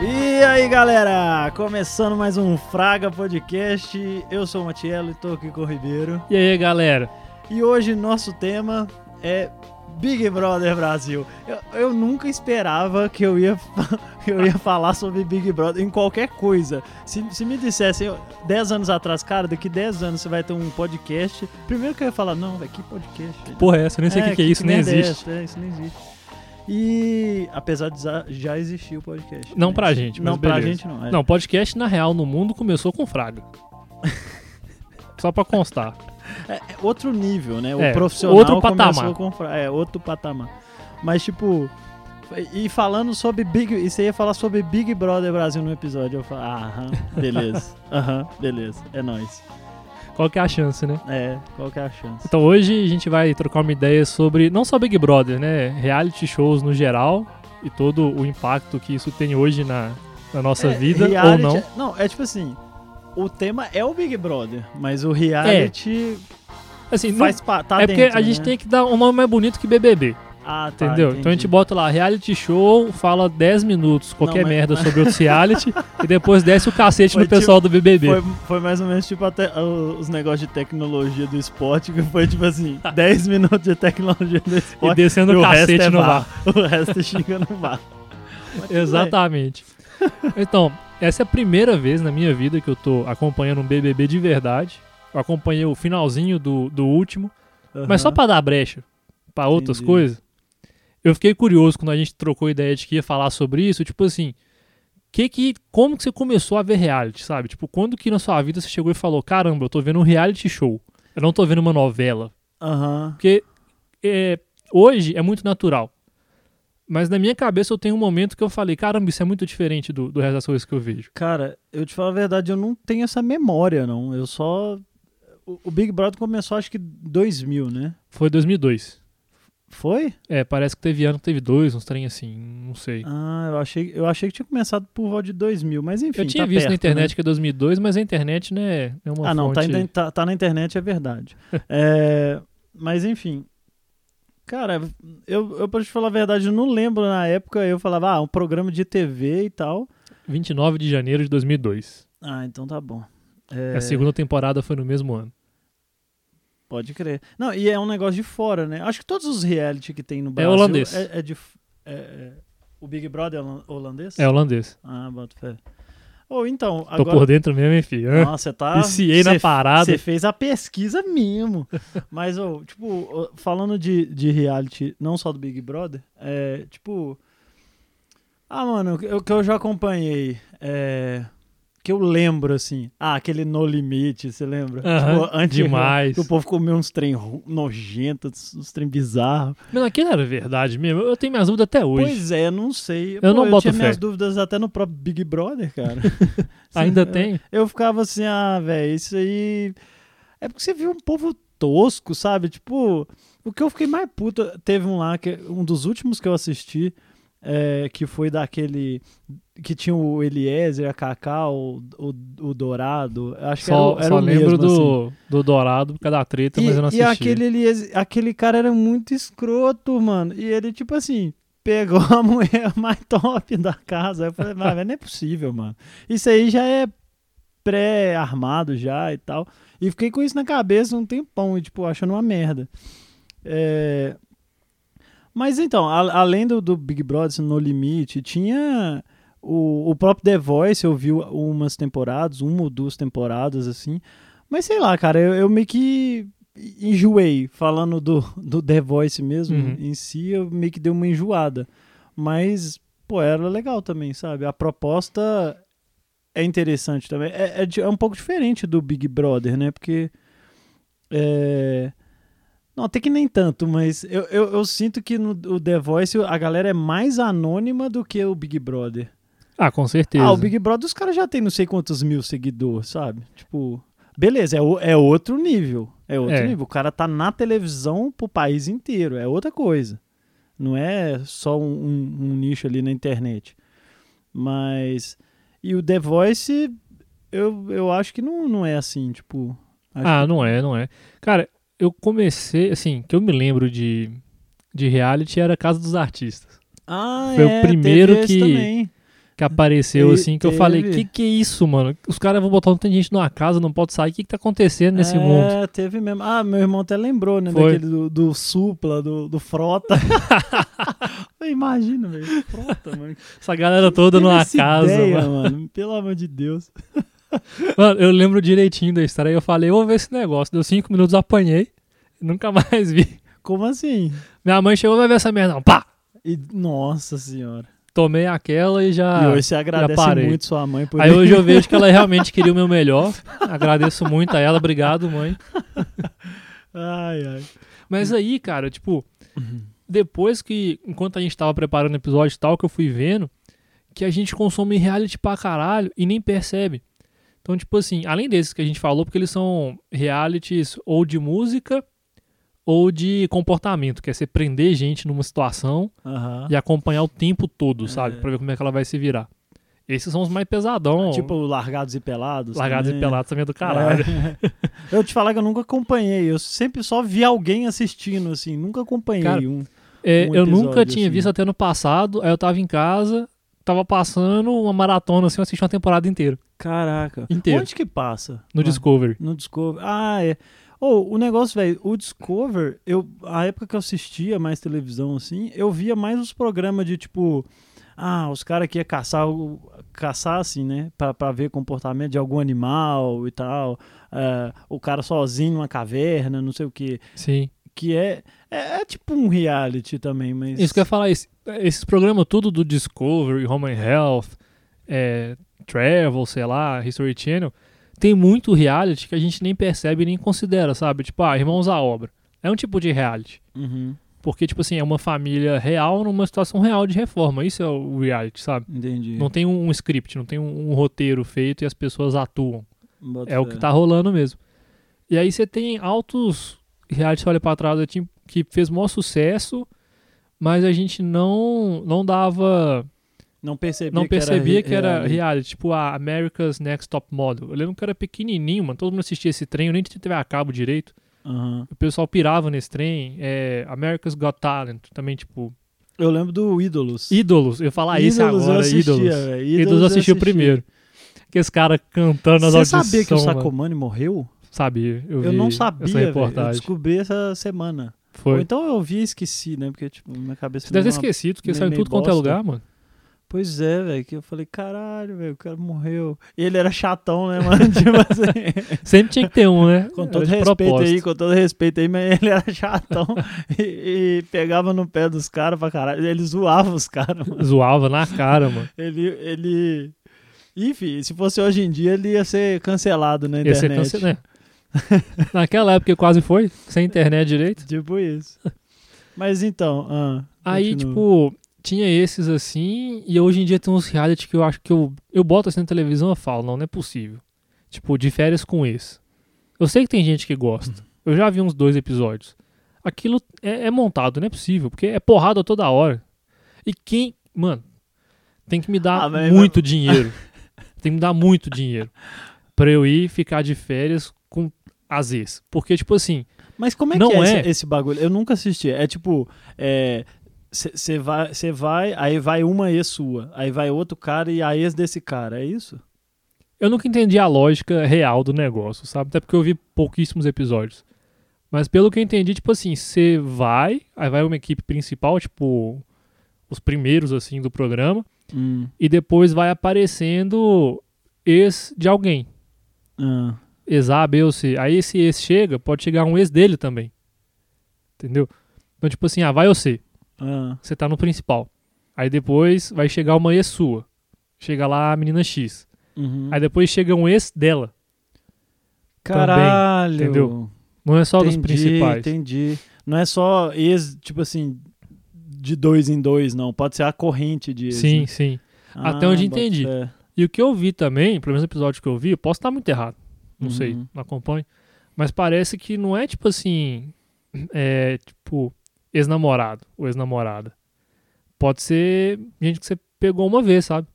E aí galera, começando mais um Fraga Podcast, eu sou o Matiello e tô aqui com o Ribeiro. E aí, galera? E hoje nosso tema é Big Brother Brasil. Eu, eu nunca esperava que eu ia, fa- que eu ia falar sobre Big Brother em qualquer coisa. Se, se me dissessem eu- 10 anos atrás, cara, daqui 10 anos você vai ter um podcast, primeiro que eu ia falar, não, velho, que podcast? Porra, é essa, eu nem sei o que, que é isso, nem merda é existe. essa? É, isso nem existe. E apesar de já- já existir o podcast. Não né? pra gente, mas Não pra beleza. gente, não. é. Não, podcast, na real, no mundo começou com Fraga. Só pra constar. É outro nível, né? O É, profissional outro começou patamar. com fra- é outro patamar. Mas tipo, e falando sobre Big, e você ia falar sobre Big Brother Brasil no episódio, eu falo, ah, aham, beleza. Aham, beleza. É nóis. Qual que é a chance, né? É, qual que é a chance? Então hoje a gente vai trocar uma ideia sobre, não só Big Brother, né? Reality shows no geral e todo o impacto que isso tem hoje na, na nossa É, Então, vida, reality- ou não. Não, é tipo assim, o tema é o Big Brother, mas o reality Assim, não- faz tá parte. é porque a né? gente tem que dar um nome mais bonito que BBB, Ah, tá, entendeu? então a gente entendi. bota lá, reality show, fala 10 minutos, qualquer mas- é. merda sobre outro reality, e depois desce o cacete Foi tipo, no pessoal do BBB. Foi, foi mais ou menos tipo até os negócios de tecnologia do esporte, que foi tipo assim, 10 minutos de tecnologia do E esporte. descendo e o o resto cacete é no bar. bar. O resto é xinga no bar. Exatamente. Então, essa é a primeira vez na minha vida que eu tô acompanhando um BBB de verdade. Eu acompanhei o finalzinho do, do último, mas só pra dar brecha pra outras Entendi. coisas. Eu fiquei curioso quando a gente trocou a ideia de que ia falar sobre isso, tipo assim, que que, como que você começou a ver reality, sabe? Tipo, quando que na sua vida você chegou e falou, caramba, eu tô vendo um reality show, eu não tô vendo uma novela. Aham. Porque é, hoje é muito natural. Mas na minha cabeça eu tenho um momento que eu falei, caramba, isso é muito diferente do, do resto das coisas que eu vejo. Cara, eu te falo a verdade, eu não tenho essa memória, não. Eu só... O o Big Brother começou acho que 2000, né? Foi 2002. Foi? É, parece que teve ano que teve dois, uns trem assim, não sei. Ah, eu achei, eu achei que tinha começado por volta de 2000, mas enfim, eu tinha tá visto perto, na né? internet que é 2002, mas a internet, né, é uma Ah, não, tá, fonte... ainda- tá, tá na internet, é verdade. É, mas enfim. Cara, eu, eu pra te falar a verdade, eu não lembro na época, eu falava, ah, um programa de TV e tal. 29 de janeiro de 2002. Ah, então tá bom. A segunda temporada foi no mesmo ano. Pode crer. Não, e é um negócio de fora, né? Acho que todos os reality que tem no Brasil. holandês. É, é de. f- é- é- o Big Brother é holan- holandês? É holandês. Ah, bota fé. Ou então, Tô por agora. dentro mesmo, hein, filho? Hã? Nossa, você tá. Viciei na cê- parada. Você fez a pesquisa mesmo. Mas, ô, tipo, ô, falando de, de reality, não só do Big Brother, é, tipo. Ah, mano, o que- o que eu já acompanhei é. Que eu lembro, assim. Ah, aquele No Limite, você lembra? Aham, demais. Que o povo comeu uns trem ru- nojento, uns trem bizarro. Mas aquilo era verdade mesmo. Eu tenho minhas dúvidas até hoje. Pois é, não sei. Eu não eu boto tinha minhas fé. dúvidas até no próprio Big Brother, cara. ainda tem tem? eu ficava assim, ah, velho, isso aí. É porque você viu um povo tosco, sabe? Tipo, o que eu fiquei mais puto. Teve um lá, que, um dos últimos que eu assisti, é, que foi daquele. Que tinha o Eliezer, a Cacá, o, o, o Dourado. Acho que Só, era, o- era só o lembro mesmo, assim. do, do Dourado por causa da treta, mas eu não E, e assisti. aquele, Eliezer- aquele cara era muito escroto, mano. E ele, tipo assim, pegou a mulher mais top da casa. Eu falei, mas velho, não é possível, mano. Isso aí já é pré-armado já e tal. E fiquei com isso na cabeça um tempão, e, tipo, achando uma merda. É... Mas então, a- além do, do Big Brother assim, No Limite, tinha o, o próprio The Voice, eu vi umas temporadas, uma ou duas temporadas, assim. Mas sei lá, cara, eu, eu meio que enjoei falando do, do The Voice mesmo Uhum. em si, eu meio que dei uma enjoada. Mas, pô, era legal também, sabe? A proposta é interessante também. É, é di- é um pouco diferente do Big Brother, né? Porque. É... Não, até que nem tanto, mas eu, eu, eu sinto que no o The Voice a galera é mais anônima do que o Big Brother. Ah, com certeza. Ah, o Big Brother os caras já tem não sei quantos mil seguidores, sabe? Tipo, beleza, é, o- é outro nível. É outro É. nível. O cara tá na televisão pro país inteiro, é outra coisa. Não é só um, um- um nicho ali na internet. Mas. E o The Voice, eu, eu acho que não, não é assim, tipo. acho Ah, não é, não é. Cara, eu comecei, assim, que eu me lembro de, de reality era Casa dos Artistas. Ah, Foi o é, primeiro teve esse que- também. que apareceu, E assim, que eu teve. falei, que que é isso, mano? Os caras vão botar um tanto de gente numa casa, não pode sair, o que que tá acontecendo nesse é, mundo? teve mesmo. Ah, meu irmão até lembrou, né? Foi. Daquele do, do Supla, do, do Frota. Eu imagino, velho. Frota, mano. Essa galera toda Teve numa é essa casa, ideia, mano. mano. Pelo amor de Deus. Mano, eu lembro direitinho da história, aí eu falei, eu vou ver esse negócio, deu cinco minutos, apanhei, nunca mais vi. Como assim? Minha mãe chegou, vai ver essa merda, não, pá! E, nossa senhora. Tomei aquela Ah, e já... e hoje você agradece parei. muito sua mãe por Aí isso. hoje eu vejo que ela realmente queria o meu melhor. Agradeço muito a ela, obrigado, mãe. Ai, ai. Mas aí, cara, tipo, depois que, enquanto a gente tava preparando o episódio e tal, que eu fui vendo, que a gente consome reality pra caralho e nem percebe. Então, tipo assim, além desses que a gente falou, porque eles são realities ou de música ou de comportamento, que é você prender gente numa situação Aham. e é acompanhar o tempo todo, sabe? É. Pra ver como é que ela vai se virar. Esses são os mais pesadão. Tipo, né? largados e pelados. largados e também. pelados também é do caralho. É. Eu te falar que eu nunca acompanhei. Eu sempre só vi alguém assistindo, assim. Nunca acompanhei Cara, um. É, um eu nunca episódio, tinha assim. visto até ano passado, aí eu tava em casa, tava passando uma maratona assim, eu assisti uma temporada inteira, Caraca. Inteiro. Onde que passa? no Ah, Discovery. No Discover. Ah, é. Ou o negócio, velho, o Discover, eu, a época que eu assistia mais televisão, assim, eu via mais os programas de tipo. Ah, os caras que ia caçar, o- caçar assim, né? Pra, pra ver comportamento de algum animal e tal. Ah, o cara sozinho numa caverna, não sei o quê. Sim. Que é, é. é tipo um reality também, mas. Isso que eu ia falar, esse- esses programas tudo do Discovery, Home and Health, é, Travel, sei lá, History Channel, tem muito reality que a gente nem percebe nem considera, sabe? Tipo, ah, Irmãos à Obra. É um tipo de reality. Uhum, Porque, tipo assim, é uma família real numa situação real de reforma. Isso é o reality, sabe? entendi. Não tem um, um script, não tem um- um roteiro feito e as pessoas atuam. Bota É o fé. que tá rolando mesmo. E aí você tem altos reality olha pra trás assim, que fez maior sucesso, mas a gente não não dava, Não percebia não que era percebia que era, reality. reality, tipo a America's Next Top Model. Eu lembro que era pequenininho, mano, todo mundo assistia esse trem, eu nem tinha TV a cabo direito. Aham. O pessoal pirava nesse trem, é, America's Got Talent, também tipo Eu lembro do Ídolos. Ídolos, eu ia falar esse Ídolos eu agora, assistia, Ídolos. velho. Ídolos eu assisti o primeiro. Que esse cara cantando as Você audições. sabia que o mano. Sacomani morreu? Sabia, eu, Eu, vi não essa sabia, velho. Eu reportagem. descobri essa semana. Ou Foi. então eu ouvi e esqueci, né? Porque, tipo, minha cabeça... Você deve ter deu uma- esquecido, porque saiu em meio tudo quanto é bosta. lugar, mano. Pois é, velho. Que eu falei, caralho, velho, o cara morreu. E ele era chatão, né, mano? tipo assim... Sempre tinha que ter um, né? Com Era todo de respeito propósito. aí, com todo respeito aí, mas ele era chatão e, e pegava no pé dos caras pra caralho. Ele zoava os caras, mano. Zoava na cara, mano. Ele, ele. Enfim, se fosse hoje em dia, ele ia ser cancelado na Ia internet. ser cancelado. Né? Naquela época quase foi, sem internet direito. Tipo isso. Mas então. ah, Aí, continua. tipo, tinha esses assim, e hoje em dia tem uns reality que eu acho que eu, eu boto assim na televisão e falo, não, não é possível. Tipo, de férias com esse. Eu sei que tem gente que Uhum. gosta. Eu já vi uns dois episódios. Aquilo é, é montado, não é possível, porque é porrada toda hora. E quem. Mano, tem que me dar Ah, mas- muito dinheiro. tem que me dar muito dinheiro. Pra eu ir ficar de férias com às vezes. Porque, tipo assim, Mas como é não que é, é. Esse, esse bagulho? Eu nunca assisti. É tipo. Você vai, cê vai, aí vai uma ex sua, aí vai outro cara e a ex desse cara, é isso? Eu nunca entendi a lógica real do negócio, sabe? Até porque eu vi pouquíssimos episódios. Mas pelo que eu entendi, tipo assim, você vai, aí vai uma equipe principal, tipo, os primeiros, assim, do programa, e depois vai aparecendo ex de alguém. Ah, Ex A, B ou C. Aí esse ex chega, pode chegar um ex dele também. Entendeu? Então, tipo assim, ah, vai ou C, ah, você tá no principal. Aí depois vai chegar uma ex sua. Chega lá a menina X. uhum. Aí depois chega um ex dela. Caralho! entendeu? Não é só dos principais. Entendi. Não é só ex, tipo assim, de dois em dois, não. Pode ser a corrente de ex. Sim, né? Ah, sim. Até onde bota entendi. fé. E o que eu vi também, pelo menos no episódio que eu vi, eu posso estar muito errado. Não Uhum. sei, não acompanho. Mas parece que não é tipo assim. É tipo, ex-namorado ou ex-namorada. Pode ser gente que você pegou uma vez, sabe?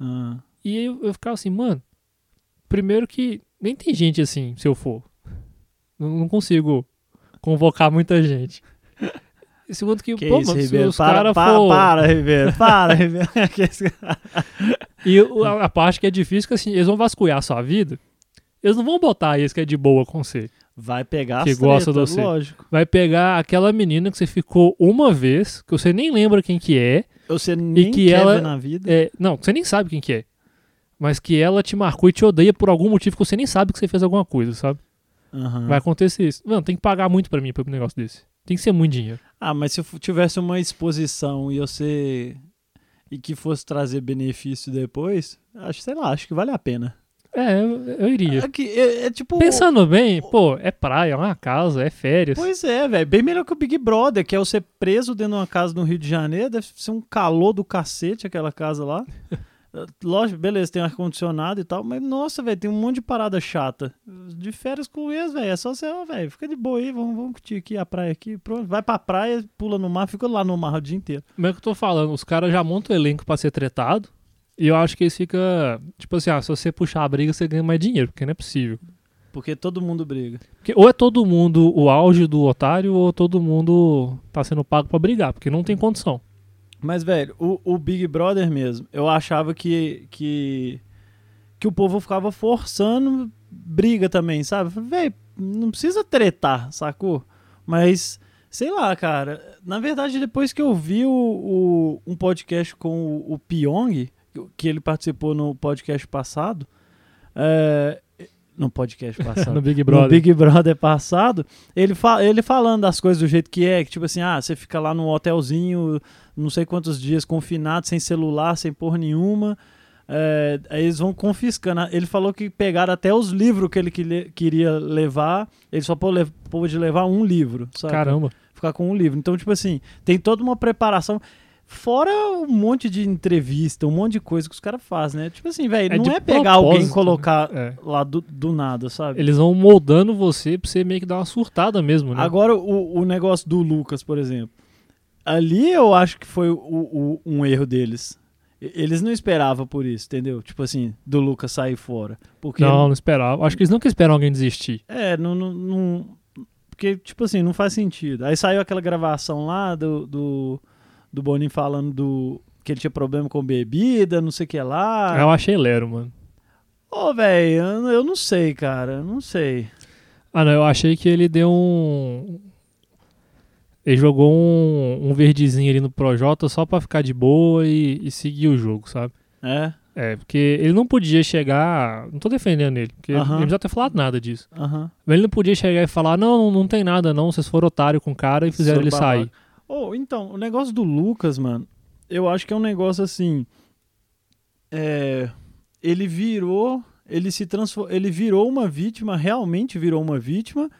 Ah, E aí eu, eu ficava assim, mano. Primeiro que nem tem gente assim, se eu for. Não, não consigo convocar muita gente. E segundo que, Que pô, isso, mano, se Ribeiro? os Para, caras para, for... para, Ribeiro. Para, Ribeiro. Que esse- E o- a, a parte que é difícil, que assim, eles vão vasculhar a sua vida, eles não vão botar esse que é de boa com você. Vai pegar Que as gosta tretas, de você. lógico. Vai pegar aquela menina que você ficou uma vez, que você nem lembra quem que é, Você nem que quer ela- ver na vida. é não, que você nem sabe quem que é, mas que ela te marcou e te odeia por algum motivo que você nem sabe que você fez alguma coisa, sabe? Aham. Vai acontecer isso. Mano, tem que pagar muito pra mim pra um negócio desse. Tem que ser muito dinheiro. Ah, mas se eu tivesse uma exposição e você. e que fosse trazer benefício depois, acho, sei lá, acho que vale a pena. É, eu, eu iria. É, que- é- é tipo. Pensando bem, pô, é praia, é uma casa, é férias. Pois é, velho. Bem melhor que o Big Brother, que é você preso dentro de uma casa no Rio de Janeiro. Deve ser um calor do cacete aquela casa lá. Eh, Lógico, beleza, tem ar-condicionado e tal, mas nossa, velho, tem um monte de parada chata. De férias com ex, velho. É só você, ó, velho, fica de boa aí, vamos, vamos curtir aqui a praia aqui. Pronto, vai pra praia, pula no mar, fica lá no mar o dia inteiro. Como é que eu tô falando? Os caras já montam o elenco pra ser tretado. E eu acho que eles fica. Tipo assim, ah, se você puxar a briga, você ganha mais dinheiro, porque não é possível. Porque todo mundo briga. Porque ou é todo mundo o auge do otário, ou todo mundo tá sendo pago pra brigar, porque não tem condição. Mas, velho, o, o Big Brother mesmo, eu achava que, que, que o povo ficava forçando briga também, sabe? Falei, Velho, não precisa tretar, sacou? Mas, sei lá, cara. Na verdade, depois que eu vi o, o- um podcast com o, o Pyong, que ele participou no podcast passado, é, no podcast passado. No Big Brother. Tá. No Big Brother passado, ele, fa ele falando das coisas do jeito que é, que tipo assim, ah, você fica lá num hotelzinho, não sei quantos dias, confinado, sem celular, sem porra nenhuma. É, aí eles vão confiscando. Ele falou que pegaram até os livros que ele que le- queria levar. Ele só pô- le- pôde levar um livro. Sabe? Caramba. Ficar com um livro. Então, tipo assim, tem toda uma preparação. Fora um monte de entrevista, um monte de coisa que os caras fazem, né? Tipo assim, velho, É de não é pegar alguém e propósito, né? colocar É. lá do, do nada, sabe? Eles vão moldando você pra você meio que dar uma surtada mesmo, né? Agora, o, o negócio do Lucas, por exemplo. Ali eu acho que foi o- o- um erro deles. E- Eles não esperavam por isso, entendeu? Tipo assim, do Lucas sair fora. Porque Não, não esperava. Acho que eles nunca esperam alguém desistir. É, não, não, não- Porque, tipo assim, não faz sentido. Aí saiu aquela gravação lá do, do, do Boninho falando do. Que ele tinha problema com bebida, não sei o que lá. Eu achei lero, mano. Ô, velho, eu, eu não sei, cara. eu Não sei. Ah, não, eu achei que ele deu um. Ele jogou um, um verdezinho ali no Projota só pra ficar de boa e, e seguir o jogo, sabe? É? É, porque ele não podia chegar. Não tô defendendo ele, porque ele Aham. não precisa ter falado nada disso. Aham. Mas ele não podia chegar e falar: não, não tem nada não, vocês foram otário com o cara e fizeram Sou ele babaca. sair. Ou então, o negócio do Lucas, mano, eu acho que é um negócio assim. É, ele virou, ele se transformou, ele virou uma vítima, realmente virou uma vítima.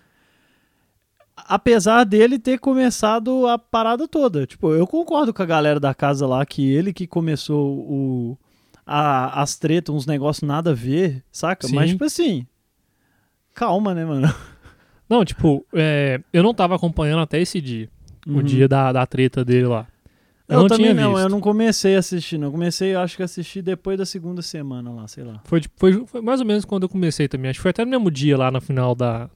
Apesar dele ter começado a parada toda. Tipo, eu concordo com a galera da casa lá que ele que começou o a- as tretas, uns negócios nada a ver, saca? Sim. Mas tipo assim, calma, né, mano? Não, tipo, é, eu não tava acompanhando até esse dia, o Uhum. dia da, da treta dele lá. Eu, Eu, não também tinha não, visto. eu não comecei a assistir, não. Eu comecei, eu acho que assisti depois da segunda semana lá, sei lá. Foi, tipo, foi, foi mais ou menos quando eu comecei também. Acho que foi até no mesmo dia lá na final da,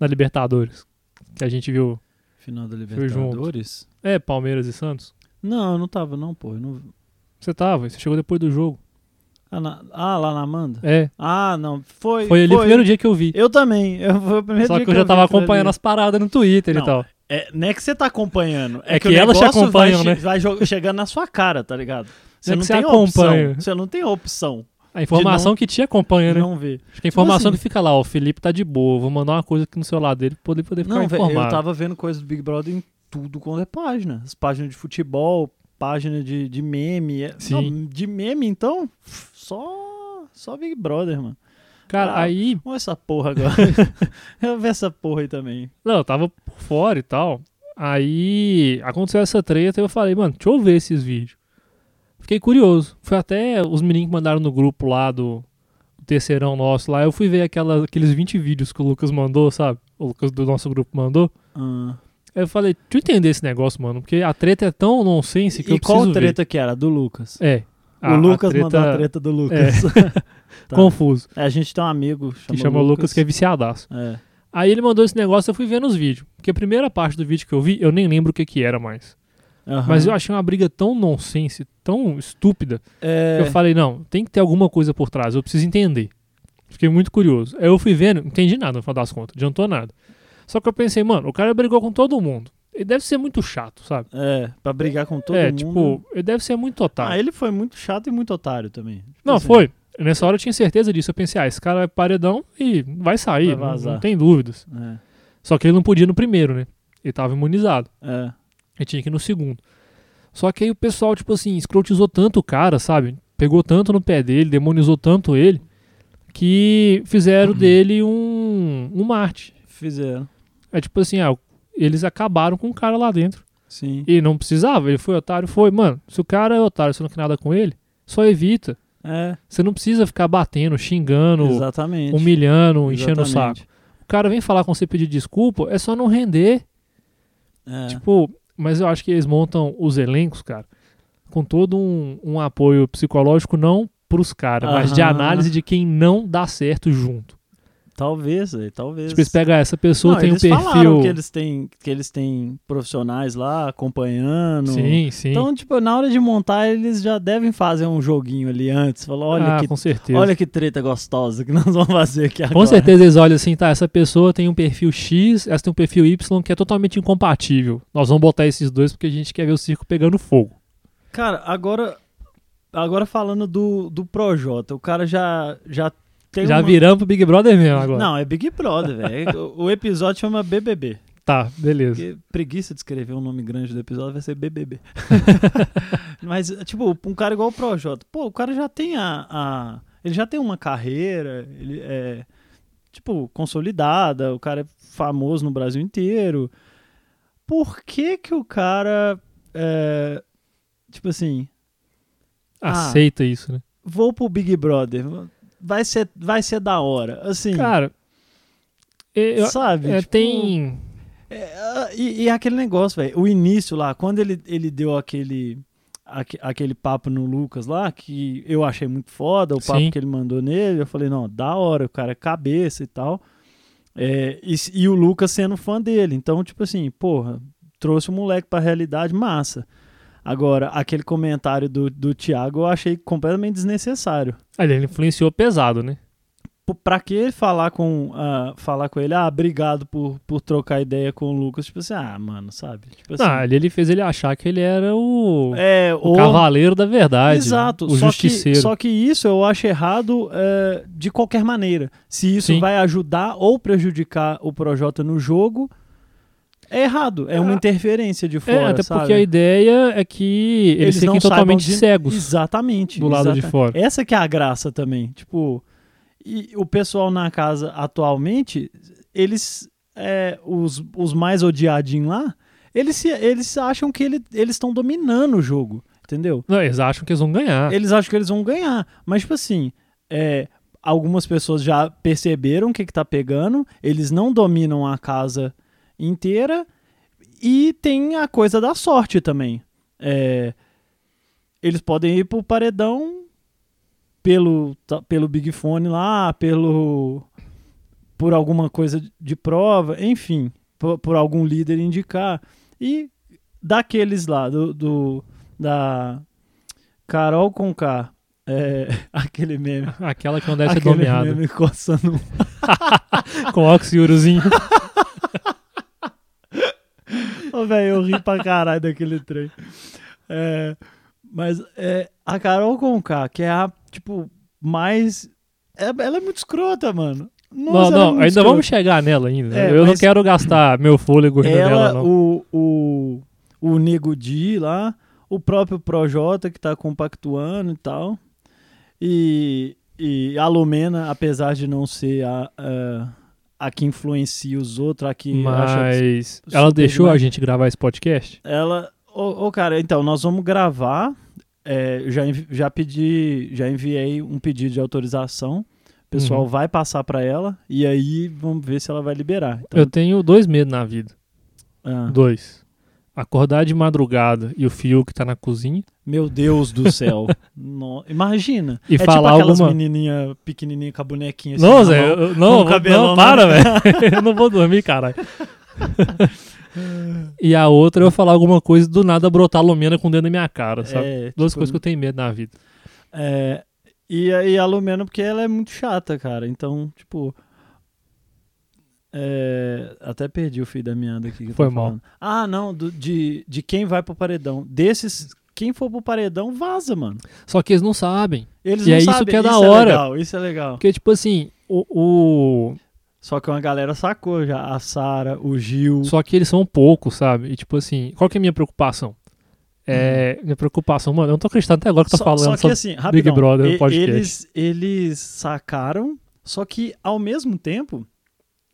da Libertadores. Que a gente viu. Final da Fui junto. Libertadores? É, Palmeiras e Santos. Não, eu não tava, não, pô. eu não- Você tava, você chegou depois do jogo. Ah, na- ah, lá na Amanda? É. Ah, não. Foi. Foi ali o primeiro dia que eu vi. Eu também. Eu, foi o primeiro Só dia que eu já tava vi aquilo acompanhando ali. as paradas no Twitter Não, e tal. É, não é que você tá acompanhando. É, É que, que o elas te negócio acompanham, vai, né? vai jo- chegando na sua cara, tá ligado? Você Não é não, que você tem acompanha. opção. Você não tem opção. A informação que te acompanha, né? Não vê. Acho que a informação assim- que fica lá, ó, o Felipe tá de boa, vou mandar uma coisa aqui no celular dele pra poder, poder ficar Não, velho, informado. eu tava vendo coisa do Big Brother em tudo quanto é página. As páginas de futebol, página de, de meme. é- Sim. Não, de meme, então, só, só Big Brother, mano. Cara, Ah. aí Olha essa porra agora. eu vi essa porra aí também. Não, eu tava por fora e tal. Aí aconteceu essa treta e eu falei, mano, deixa eu ver esses vídeos. Fiquei curioso. Foi até os meninos que mandaram no grupo lá do do terceirão nosso lá. Eu fui ver aquela- aqueles 20 vídeos que o Lucas mandou, sabe? O Lucas do nosso grupo mandou. Ah. Aí eu falei, deixa eu entender esse negócio, mano. Porque a treta é tão nonsense que eu E preciso qual ver. treta que era? Do Lucas. É. o Lucas mandou a treta do Lucas. Tá. Confuso. A gente tem um amigo Que chama o Lucas que é viciadaço. é... Aí ele mandou esse negócio, eu fui vendo os vídeos. Porque a primeira parte do vídeo que eu vi, eu nem lembro o que que era mais. Aham. Mas eu achei uma briga tão nonsense, tão estúpida, É, que eu falei, não, tem que ter alguma coisa por trás, eu preciso entender. Fiquei muito curioso. Aí eu fui vendo, não entendi nada no final das contas, adiantou nada. Só que eu pensei, mano, o cara brigou com todo mundo. Ele deve ser muito chato, sabe? é, pra brigar com todo é, mundo. tipo, ele deve ser muito otário. Ah, ele foi muito chato e muito otário também. Tipo Não, assim, foi. Nessa hora eu tinha certeza disso. Eu pensei, ah, esse cara é paredão e vai sair, Vai não- não, vazar. tem dúvidas. É, Só que ele não podia no primeiro, né? Ele tava imunizado. é. Ele tinha que ir no segundo. Só que aí o pessoal, tipo assim, escrotizou tanto o cara, sabe? Pegou tanto no pé dele, demonizou tanto ele, que fizeram Uhum. dele um, um Marte. Fizeram. É tipo assim, ah, eles acabaram com o cara lá dentro. Sim. E não precisava, ele foi otário, foi. Mano, se o cara é otário, você não quer nada com ele, só evita. É, Você não precisa ficar batendo, xingando, exatamente. humilhando, enchendo o saco. Exatamente. O cara vem falar com você pedir desculpa, é só não render. É. Tipo, mas eu acho que eles montam os elencos, cara, com todo um, um apoio psicológico, não pros caras, mas de Aham. análise de quem não dá certo junto. Talvez, velho, talvez. Tipo, eles pegam essa pessoa, Não, tem um eles falaram perfil. que eles, têm, que eles têm profissionais lá acompanhando. Sim, sim. Então, tipo, na hora de montar, eles já devem fazer um joguinho ali antes. Falar, olha, Ah, que, com certeza. olha que treta gostosa que nós vamos fazer aqui agora. Com certeza eles olham assim, tá? Essa pessoa tem um perfil X, essa tem um perfil Y que é totalmente incompatível. Nós vamos botar esses dois porque a gente quer ver o circo pegando fogo. Cara, agora, agora falando do, do Projota, o cara já, já tem Já uma... viramos pro Big Brother mesmo agora. Não, é Big Brother, velho. O- O episódio chama BBB. Tá, beleza. Porque preguiça de escrever um nome grande do episódio vai ser BBB. Mas, tipo, um cara igual o Projota. Pô, o cara já tem a. a- ele já tem uma carreira, ele é, tipo, consolidada, o cara é famoso no Brasil inteiro. Por que que o cara. é, tipo assim, Ah. Aceita isso, né? vou pro Big Brother. Vai ser, vai ser da hora. Assim, Cara, eu, sabe? é, Tipo, tem. É, ah, e, e aquele negócio, velho. O início lá, quando ele, ele deu aquele, aque- aquele papo no Lucas lá, que eu achei muito foda, o papo Sim. que ele mandou nele, eu falei, não, da hora, o cara é cabeça e tal. É, e, s- e o Lucas sendo fã dele. Então, tipo assim, porra, trouxe o moleque pra realidade, massa. Agora, aquele comentário do, do Thiago eu achei completamente desnecessário. Olha, ele influenciou pesado, né? P- pra que falar com ah, falar com ele, ah, obrigado por, por trocar ideia com o Lucas, tipo assim, ah, mano, sabe? Tipo assim, Não, Ah, ali ele fez ele achar que ele era o, é, tipo, o o- cavaleiro da verdade. Exato, O só justiceiro. Que, só que isso eu acho errado é, de qualquer maneira. Se isso Sim. vai ajudar ou prejudicar o Projota no jogo, é errado, é uma Ah. interferência de É, fora, até sabe? porque a ideia é que eles, fiquem saibam totalmente de- cegos Exatamente. do lado de exata- fora. Essa que é a graça também. Tipo, e o pessoal na casa atualmente, eles, é, os, os mais odiadinhos lá, eles, se, eles acham que ele, eles estão dominando o jogo, entendeu? Não, eles acham que eles vão ganhar. Eles acham que eles vão ganhar. Mas, tipo assim, é, algumas pessoas já perceberam o que, que tá pegando, eles não dominam a casa inteira e tem a coisa da sorte também. É, eles podem ir pro paredão pelo, ta- pelo Big Fone lá, pelo. por alguma coisa de prova, enfim, por, por algum líder indicar. E daqueles lá, do. do- da Carol com K. É, aquele meme. Aquela que não deve ser aquele domeada. meme coçando Com oxiurozinho. um. Ô, velho, eu ri pra caralho daquele trem. É, mas é, a Carol Conká, que é a, tipo, mais. é- ela é muito escrota, mano. Não, Nossa, ela é não, muito ainda escrota. vamos chegar nela ainda. É, eu não mas- quero gastar meu fôlego rindo dela, Ela, não. o, o, o Nego Di lá, o próprio Projota que tá compactuando e tal. E, e a Lumena, apesar de não ser a, a, a que influencia os outros, a que acha Mas super ela deixou demais. a gente gravar esse podcast? Ela. Ô, ô, cara, então, nós vamos gravar. É, já, envi- já pedi, já enviei um pedido de autorização. O pessoal Uhum. vai passar pra ela e aí vamos ver se ela vai liberar. Então, Eu tenho dois medos na vida. ah, Dois. Acordar de madrugada e o fio que tá na cozinha. Meu Deus do céu. No- imagina. E é falar tipo aquelas alguma- menininha pequenininha com a bonequinha assim não, na Zé, mão. né? eu- não, um cabelão não, na- para, velho. eu não vou dormir, caralho. e a outra é eu falar alguma coisa e do nada brotar lomena com o dedo na minha cara, sabe? É, Duas tipo, coisas que eu tenho medo na vida. É, e, a- e a Lumena, porque ela é muito chata, cara. Então, tipo. é, até perdi o fio da meada aqui. Que eu tô Foi mal. falando. Ah, não, do- de, de quem vai pro paredão. Desses, quem for pro paredão, vaza, mano. Só que eles não sabem. Eles E não é isso sabem. que é da isso hora. É legal, isso é legal. Porque, tipo assim, o. o- Só que uma galera sacou já. A Sara, o Gil. Só que eles são poucos, sabe? E, tipo assim, qual que é a minha preocupação? É, minha preocupação, mano, eu não tô acreditando até agora que eu tô Hum. Só- falando. Só que sobre- assim, rapidão, Brother e- podcast. Eles, eles sacaram, só que ao mesmo tempo,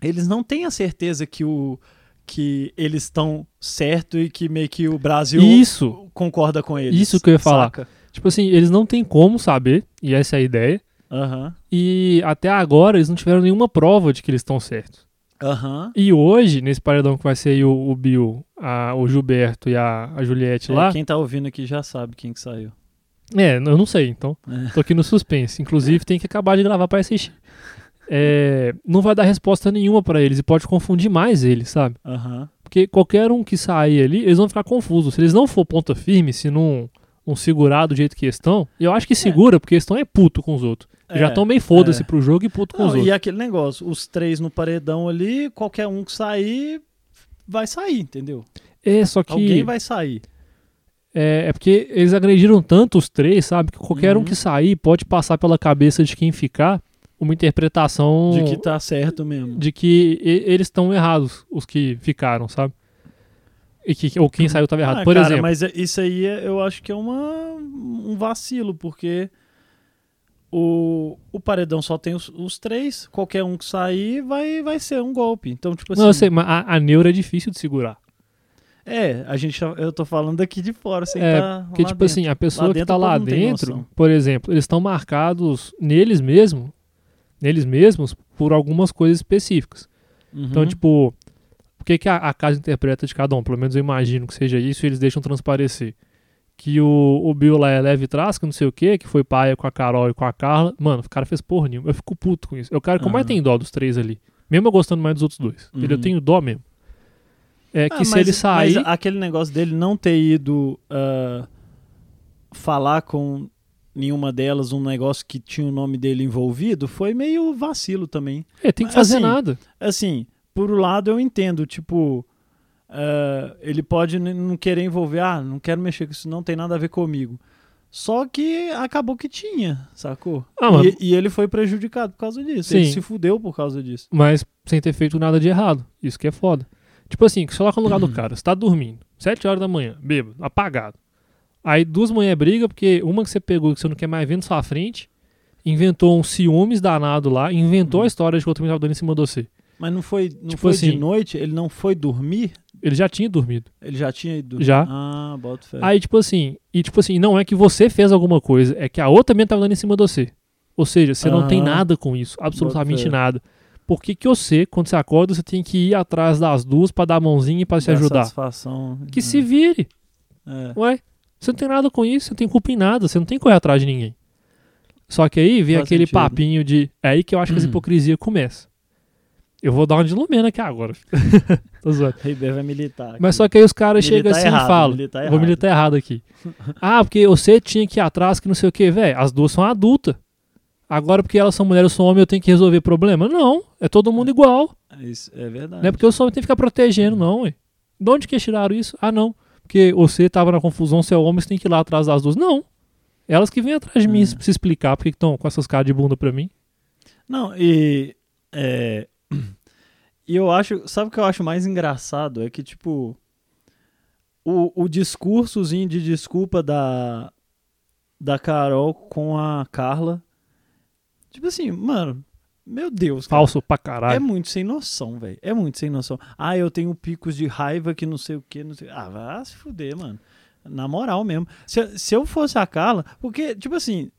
eles não têm a certeza que o que eles estão certo e que meio que é o Brasil Isso, concorda com eles. Isso que eu ia falar. saca? tipo assim, eles não têm como saber, e essa é a ideia. Aham. E até agora eles não tiveram nenhuma prova de que eles estão certos. Aham. E hoje, nesse paredão que vai ser aí o, o Bill, a- o Gilberto e a, a Juliette É, lá. quem tá ouvindo aqui já sabe quem que saiu. É, eu não sei, então. É. Tô aqui no suspense. Inclusive, tem que acabar de gravar pra assistir. É, não vai dar resposta nenhuma pra eles e pode confundir mais eles, sabe? Aham. Porque qualquer um que sair ali, eles vão ficar confusos. Se eles não for ponta firme, se não, não segurar do jeito que estão, e eu acho que segura, porque eles estão é puto com os outros. É, Já estão meio foda-se é. pro jogo e puto com Não, os outros. e aquele negócio, os três no paredão ali, qualquer um que sair vai sair, entendeu? É, só que. Alguém vai sair. É, é porque eles agrediram tanto os três, sabe? Que qualquer um Uhum. que sair pode passar pela cabeça de quem ficar uma interpretação De que tá certo mesmo. de que e- eles estão errados, os que ficaram, sabe? E que, ou quem saiu estava errado. Ah, Por cara, exemplo, Mas é- isso aí é- eu acho que é uma, um vacilo, porque o, o paredão só tem os, os três, qualquer um que sair vai, vai ser um golpe. Então, tipo assim. não, eu sei, mas a, a neura é difícil de segurar. É, a gente tá- eu tô falando aqui de fora, sem É, tá Porque, lá tipo dentro. assim, a pessoa que dentro tá o lá povo não tem dentro, noção. por exemplo, eles estão marcados neles mesmo, neles mesmos, por algumas coisas específicas. Uhum. Então, tipo, o que, que a, a casa interpreta de cada um? Pelo menos eu imagino que seja isso, e eles deixam transparecer. Que o, o Bill lá é leve trás, que não sei o que, que foi paia com a Carol e com a Carla. Mano, o cara fez porra nenhuma. Eu fico puto com isso. É o cara que eu mais Aham. tenho dó dos três ali. Mesmo eu gostando mais dos outros dois. Uhum. Ele, eu tenho dó mesmo. É que Ah, se mas- ele sair. Mas aquele negócio dele não ter ido ah, falar com nenhuma delas um negócio que tinha o nome dele envolvido foi meio vacilo também. É, tem mas que fazer assim, nada. assim, por um lado eu entendo, tipo, eh, ele pode n- não querer envolver, ah, não quero mexer com isso, não tem nada a ver comigo. Só que acabou que tinha, sacou? Ah, mas- e, e ele foi prejudicado por causa disso. Ele Sim. se fudeu por causa disso. Mas sem ter feito nada de errado. Isso que é foda. Tipo assim, se coloca no lugar do Uhum. cara, você tá dormindo, 7 horas da manhã, bêbado, apagado. Aí duas mulheres brigam, porque uma que você pegou que você não quer mais ver na sua frente, inventou um ciúmes danado lá, inventou Uhum. a história de que o outro menino tava dando em cima de você. Mas não foi, não Tipo foi assim- de noite, ele não foi dormir, Ele já tinha dormido. ele já tinha ido dormir. Já. Ah, bota fé. Aí, tipo assim, e tipo assim, não é que você fez alguma coisa, é que a outra também tava dando em cima de você. Ou seja, você não tem Aham. nada com isso, absolutamente Ah. Bota fé. nada. Por que que você, quando você acorda, você tem que ir atrás das duas pra dar a mãozinha e pra se Dá ajudar? Satisfação. né? Que se vire. É. Ué, você não tem nada com isso, você não tem culpa em nada, você não tem que correr atrás de ninguém. Só que aí vem Faz aquele sentido. papinho de. É aí que eu acho que as Uhum. hipocrisia começa. Eu vou dar uma de Lumena aqui agora. Tô zoando. Ribeiro vai militar. Mas Tá aqui. só que aí os caras chegam Militar assim errado, e falam: militar Vou errado. militar errado aqui. ah, porque você tinha que ir atrás, que não sei o que, velho. As duas são adultas. Agora, porque elas são mulheres, eu sou homem, eu tenho que resolver problema? Não. É todo mundo igual. Isso é verdade. Não é porque eu sou homem tem que ficar protegendo, não, ué. De onde que tiraram isso? Ah, não. Porque você tava na confusão, você é homem, você tem que ir lá atrás das duas. Não. Elas que vêm atrás de mim É. se explicar porque estão com essas caras de bunda pra mim. Não, e. É, e eu acho. Sabe o que eu acho mais engraçado? É que, tipo. O, o discursozinho de desculpa da. Da Carol com a Carla. Tipo assim, mano. Meu Deus. cara. Falso pra É caralho. muito sem noção, velho. É muito sem noção. Ah, eu tenho picos de raiva que não sei o que. Não sei... Ah, vai se fuder, mano. Na moral mesmo. Se, se eu fosse a Carla, porque, tipo assim,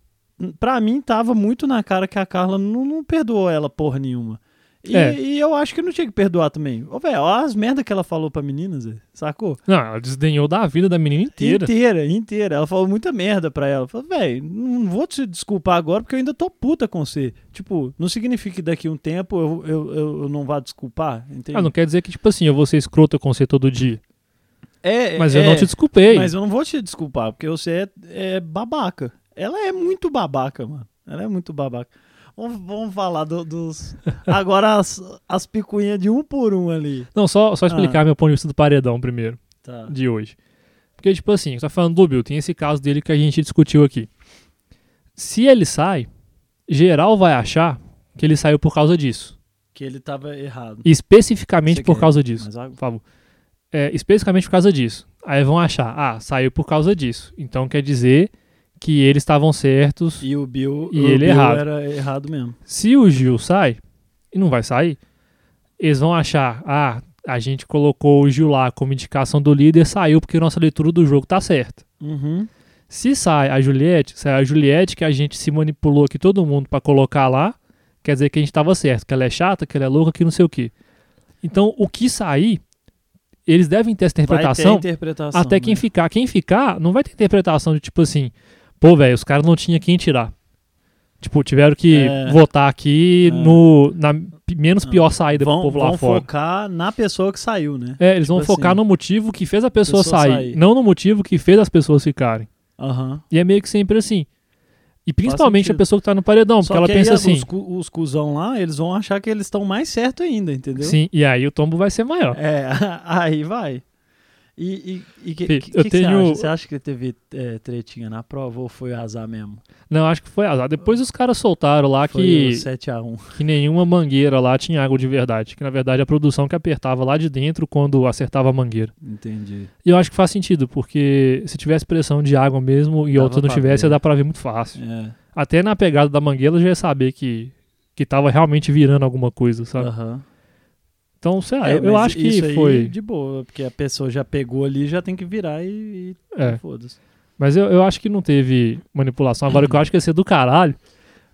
pra mim tava muito na cara que a Carla não, não perdoou ela porra nenhuma. E, É. e eu acho que não tinha que perdoar também. Ô, velho, olha as merdas que ela falou pra menina, Zé. Sacou? Não, ela desdenhou da vida da menina inteira. Inteira, inteira. Ela falou muita merda pra ela. Falou, velho, não vou te desculpar agora porque eu ainda tô puta com você. Tipo, não significa que daqui a um tempo eu, eu, eu, eu não vá desculpar, entende? Ah, não quer dizer que, tipo assim, eu vou ser escrota com você todo dia. É, Mas é, eu não te desculpei. Mas eu não vou te desculpar, porque você é, é babaca. Ela é muito babaca, mano. Ela é muito babaca. Vamos, vamos falar do- dos. Agora as, as picuinhas de um por um ali. Não, só, só Ah. explicar meu ponto de vista do paredão primeiro, Tá. de hoje. Porque, tipo assim, você tá falando do Bill, tem esse caso dele que a gente discutiu aqui. Se ele sai, geral vai achar que ele saiu por causa disso. Que ele tava errado. E especificamente Você por quer- causa disso. Mas Por favor. É, especificamente por causa disso. Aí vão achar, ah, saiu por causa disso. Então quer dizer que eles estavam certos. E o Bill, E o ele Bill errado. era errado mesmo. Se o Gil sai, e não vai sair, eles vão achar, ah, a gente colocou o Gil lá como indicação do líder, saiu porque nossa leitura do jogo tá certa. Uhum. Se sai a Juliette, sai a Juliette que a gente se manipulou aqui todo mundo pra colocar lá, quer dizer que a gente tava certo, que ela é chata, que ela é louca, que não sei o quê. Então, o que sair, eles devem ter essa Vai ter interpretação, interpretação. até quem né? ficar. Quem ficar, não vai ter interpretação de tipo assim, pô, velho, os caras não tinham quem tirar. Tipo, tiveram que É. votar aqui É. no, na pi- menos Ah. pior saída vão, pro povo lá vão fora. focar na pessoa que saiu, né? É, eles vão Tipo focar assim, no motivo que fez a pessoa, pessoa sair, sair. não no motivo que fez as pessoas ficarem. Aham. E é meio que sempre assim. E principalmente a sentido. pessoa que tá no paredão, Só porque ela que pensa aí é assim. Os, cu- os cuzão lá, eles vão achar que eles estão mais certo ainda, entendeu? Sim, e aí o tombo vai ser maior. É, aí vai. E, e, e que, Fih, que- eu que tenho- você, acha? você acha que teve é, tretinha na prova ou foi azar mesmo? Não, acho que foi azar. Depois os caras soltaram lá Foi Tá que. o 7x1. que nenhuma mangueira lá tinha água de verdade. Que na verdade a produção que apertava lá de dentro quando acertava a mangueira. Entendi. E eu acho que faz sentido, porque se tivesse pressão de água mesmo e Dava outra não pra tivesse, ver. ia dar pra ver muito fácil. É. Até na pegada da mangueira eu já ia saber que, que tava realmente virando alguma coisa, sabe? aham. Então, sei lá, É, Tá. eu, eu mas acho que isso aí foi. De boa, porque a pessoa já pegou ali já tem que virar e. e É. Foda-se. Mas eu, eu acho que não teve manipulação. Agora, o que eu acho que ia ser do caralho,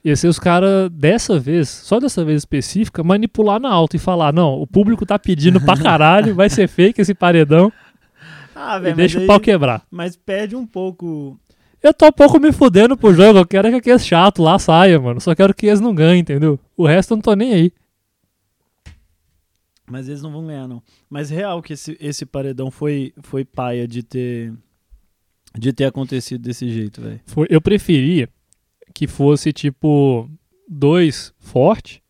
ia ser os caras, dessa vez, só dessa vez específica, manipular na alta e falar: não, o público tá pedindo pra caralho, vai ser fake esse paredão. Ah, E velho, mas, deixa o aí- pau quebrar. mas perde um pouco. Eu tô um pouco me fudendo pro jogo, eu quero é que aqueles chato lá saia, mano. Só quero que eles não ganhem, entendeu? O resto eu não tô nem aí. Mas eles não vão ganhar, não. Mas real que esse, esse paredão foi, foi paia de ter. De ter acontecido desse jeito, velho. Foi- eu preferia que fosse, tipo, dois forte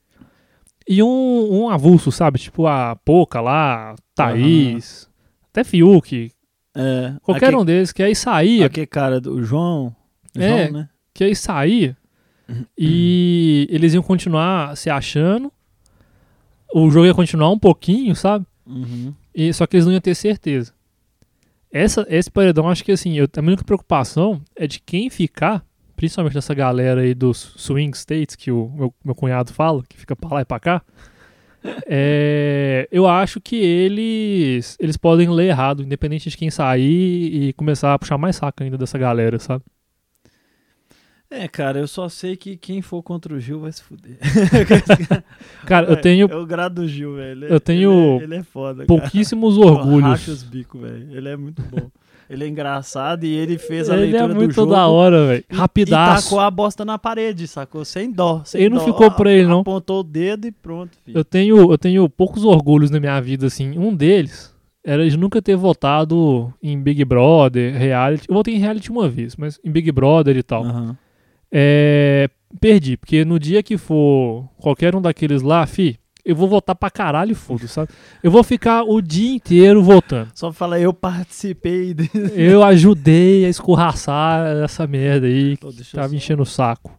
e um, um avulso, sabe? Tipo a Poca lá, Thaís, até Fiuk, É, qualquer aque- um deles, que aí saía, Aquele cara do João. É. João, né? que aí saía e eles iam continuar se achando. O jogo ia continuar um pouquinho, sabe? Uhum. E, só que eles não iam ter certeza. Essa, esse paredão, acho que assim, eu, a minha única preocupação é de quem ficar, principalmente dessa galera aí dos swing states, que o meu, meu cunhado fala, que fica pra lá e pra cá. É, eu acho que eles eles podem ler errado, independente de quem sair e começar a puxar mais saco ainda dessa galera, sabe? É, cara, eu só sei que quem for contra o Gil vai se fuder. Cara, eu tenho É o grado do Gil, velho. Ele- eu tenho Ele é, ele é foda, cara. pouquíssimos Racha os orgulhos. bicos, velho. Ele é muito bom. ele é engraçado e ele fez a Ele leitura é do muito jogo. da hora, velho. e- E Rapidaço. tacou a bosta na parede, sacou? Sem dó. Sem Ele não dó. ficou Ah, pra ele, não. Apontou o dedo e pronto, filho. Eu tenho, eu tenho poucos orgulhos na minha vida, assim. Um deles era de nunca ter votado em Big Brother, reality. Eu votei em reality uma vez, mas em Big Brother e tal. Aham. É, perdi, porque no dia que for qualquer um daqueles lá, fi, eu vou votar pra caralho, foda sabe? Eu vou ficar o dia inteiro votando. Só fala, eu participei. De... Eu ajudei a escorraçar essa merda aí, Pô, deixa eu Tava só- enchendo o saco.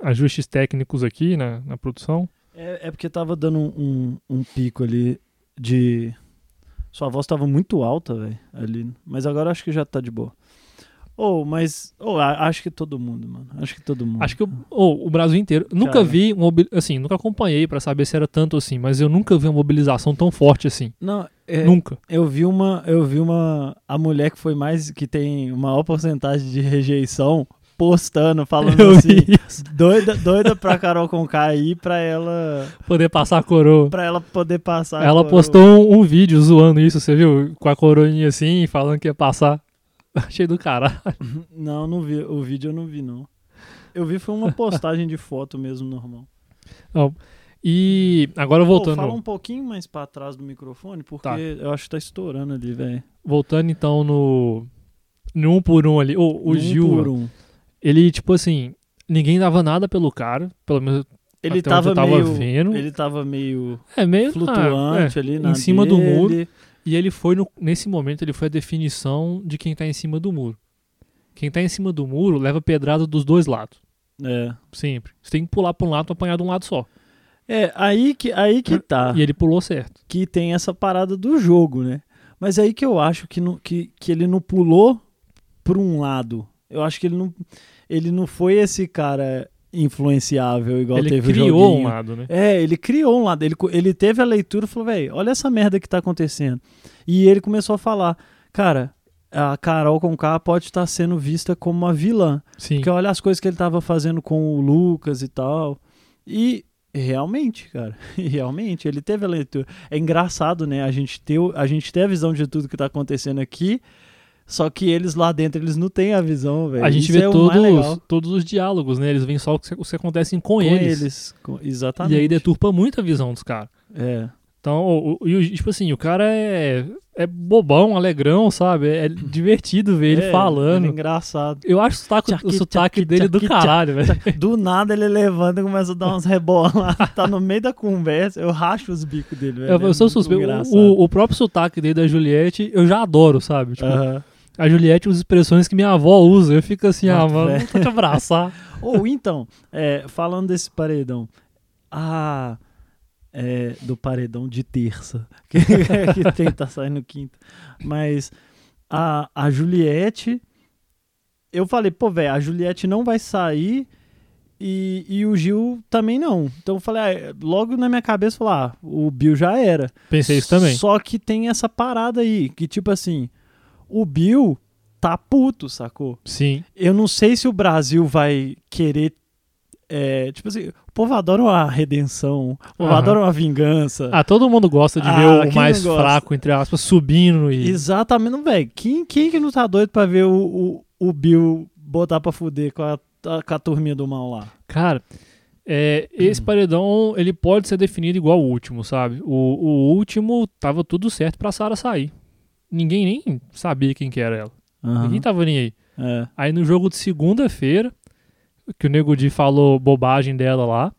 Ajustes técnicos aqui na, na produção. É, é porque tava dando um, um, um pico ali de. Sua voz tava muito alta, velho, ali. Mas agora acho que já tá de boa. Ou, mas. Ou, a- acho que todo mundo, mano. Acho que todo mundo. Acho que o- ou, o Brasil inteiro. Nunca Cara. vi, uma mobili- assim, nunca acompanhei pra saber se era tanto assim, mas eu nunca vi uma mobilização tão forte assim. Não, é, Nunca. eu vi uma. Eu vi uma. A mulher que foi mais. que tem maior porcentagem de rejeição postando, falando Eu assim. vi isso. Doida, doida pra Carol Conká ir pra ela, Poder passar a coroa. pra ela poder passar. a Ela coroa. postou um, um vídeo zoando isso, você viu? Com a coroinha assim, falando que ia passar. Achei do caralho. Não, não vi. O vídeo eu não vi, não. Eu vi foi uma postagem de foto mesmo, normal. E agora Pô, voltando. fala um pouquinho mais pra trás do microfone, porque Tá. eu acho que tá estourando ali, velho. Voltando então no. No um por um ali. Ô, o Um Gil, por um. ele, tipo assim, ninguém dava nada pelo cara. Pelo menos Ele até onde tava, eu tava meio, vendo. ele tava meio é meio. ah, é. flutuante ali, na em cima do dele. muro. E ele foi, no- nesse momento, ele foi a definição de quem tá em cima do muro. Quem tá em cima do muro leva pedrada dos dois lados. É. Sempre. Você tem que pular pra um lado pra apanhar de um lado só. É, aí que, aí que tá. E ele pulou certo. Que tem essa parada do jogo, né? Mas aí que eu acho que, não, que, que ele não pulou pra um lado. Eu acho que ele não, ele não foi esse cara influenciável igual ele teve o criou joguinho. um lado, né? É, ele criou um lado. Ele, co- ele teve a leitura e falou, velho, olha essa merda que tá acontecendo. E ele começou a falar, cara, a Carol Conká pode estar sendo vista como uma vilã. Sim. Porque olha as coisas que ele tava fazendo com o Lucas e tal. E realmente, cara, realmente, ele teve a leitura. É engraçado, né? A gente ter, o- a gente ter a visão de tudo que tá acontecendo aqui. Só que eles lá dentro, eles não têm a visão, velho. A gente Isso vê é o mais legal. todos, todos os diálogos, né? Eles veem só os que, os que acontecem com, com eles. eles. com- exatamente. E aí deturpa muito a visão dos caras. É. Então, o, o- e o- tipo assim, o cara é, é bobão, alegrão, sabe? É divertido ver ele É, falando. ele é engraçado. Eu acho o sotaque, Tchaki, o sotaque tchaki, dele do tchaki, caralho, velho. Do nada ele levanta e começa a dar uns rebolados. tá no meio da conversa, eu racho os bicos dele, velho. Eu, eu sou É, né? muito suspeito. engraçado. O, o próprio sotaque dele da Juliette, eu já adoro, sabe? Tipo, Aham. a Juliette usa expressões que minha avó usa. Eu fico assim, ah, Nossa, é. mano, velho. não tá te abraçar. Ou então, é, falando desse paredão, ah, é, do paredão de terça, que, que tem, tá saindo quinta, mas a, a Juliette, eu falei, pô, velho, a Juliette não vai sair e, e o Gil também não. Então eu falei, ah, logo na minha cabeça, eu falei, ah, o Bill já era. Pensei é isso também. Só que tem essa parada aí, que tipo assim, o Bill tá puto, sacou? Sim. Eu não sei se o Brasil vai querer. é, tipo assim, o povo adora uma redenção, o povo Aham. adora uma vingança. Ah, todo mundo gosta de Ah, ver o quem mais não gosta? fraco, entre aspas, subindo e. Exatamente, velho. Quem, quem que não tá doido pra ver o, o, o Bill botar pra fuder com a, a- com a turminha do mal lá? Cara, é, Hum. esse paredão, ele pode ser definido igual o último, sabe? O, o último tava tudo certo pra Sara sair. Ninguém nem sabia quem que era ela. Ninguém tava nem aí. É. Aí no jogo de segunda-feira, que o Nego Di falou bobagem dela lá,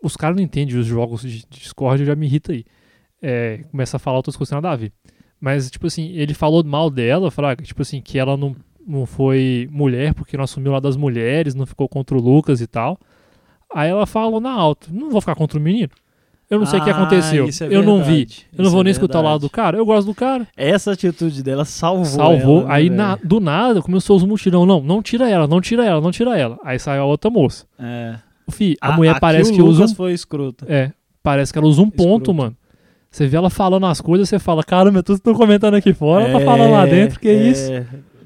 os caras não entendem os jogos de Discord, já me irrita aí. É, começa a falar outras coisas que nada a ver. Mas, tipo assim, ele falou mal dela, fraga, tipo assim, que ela não, não foi mulher porque não assumiu lá das mulheres, não ficou contra o Lucas e tal. Aí ela falou na alta, não vou ficar contra o menino. Eu não sei o que Ah, aconteceu. isso é eu não vi. verdade, Eu não isso vou é nem escutar o lado do verdade. cara. Eu gosto do cara. Essa atitude dela salvou. Salvou. ela, né, aí velho? na- do nada começou os mutirão. Não, não tira ela, não tira ela, não tira ela. Aí saiu a outra moça. É. Fih, a, A- mulher aqui parece o que usa Lucas um. foi escroto. É, parece que ela usa um ponto, Escroto. mano. Você vê ela falando as coisas, você fala, caramba, é tudo estão comentando aqui fora, ela tá falando lá dentro, que é, isso?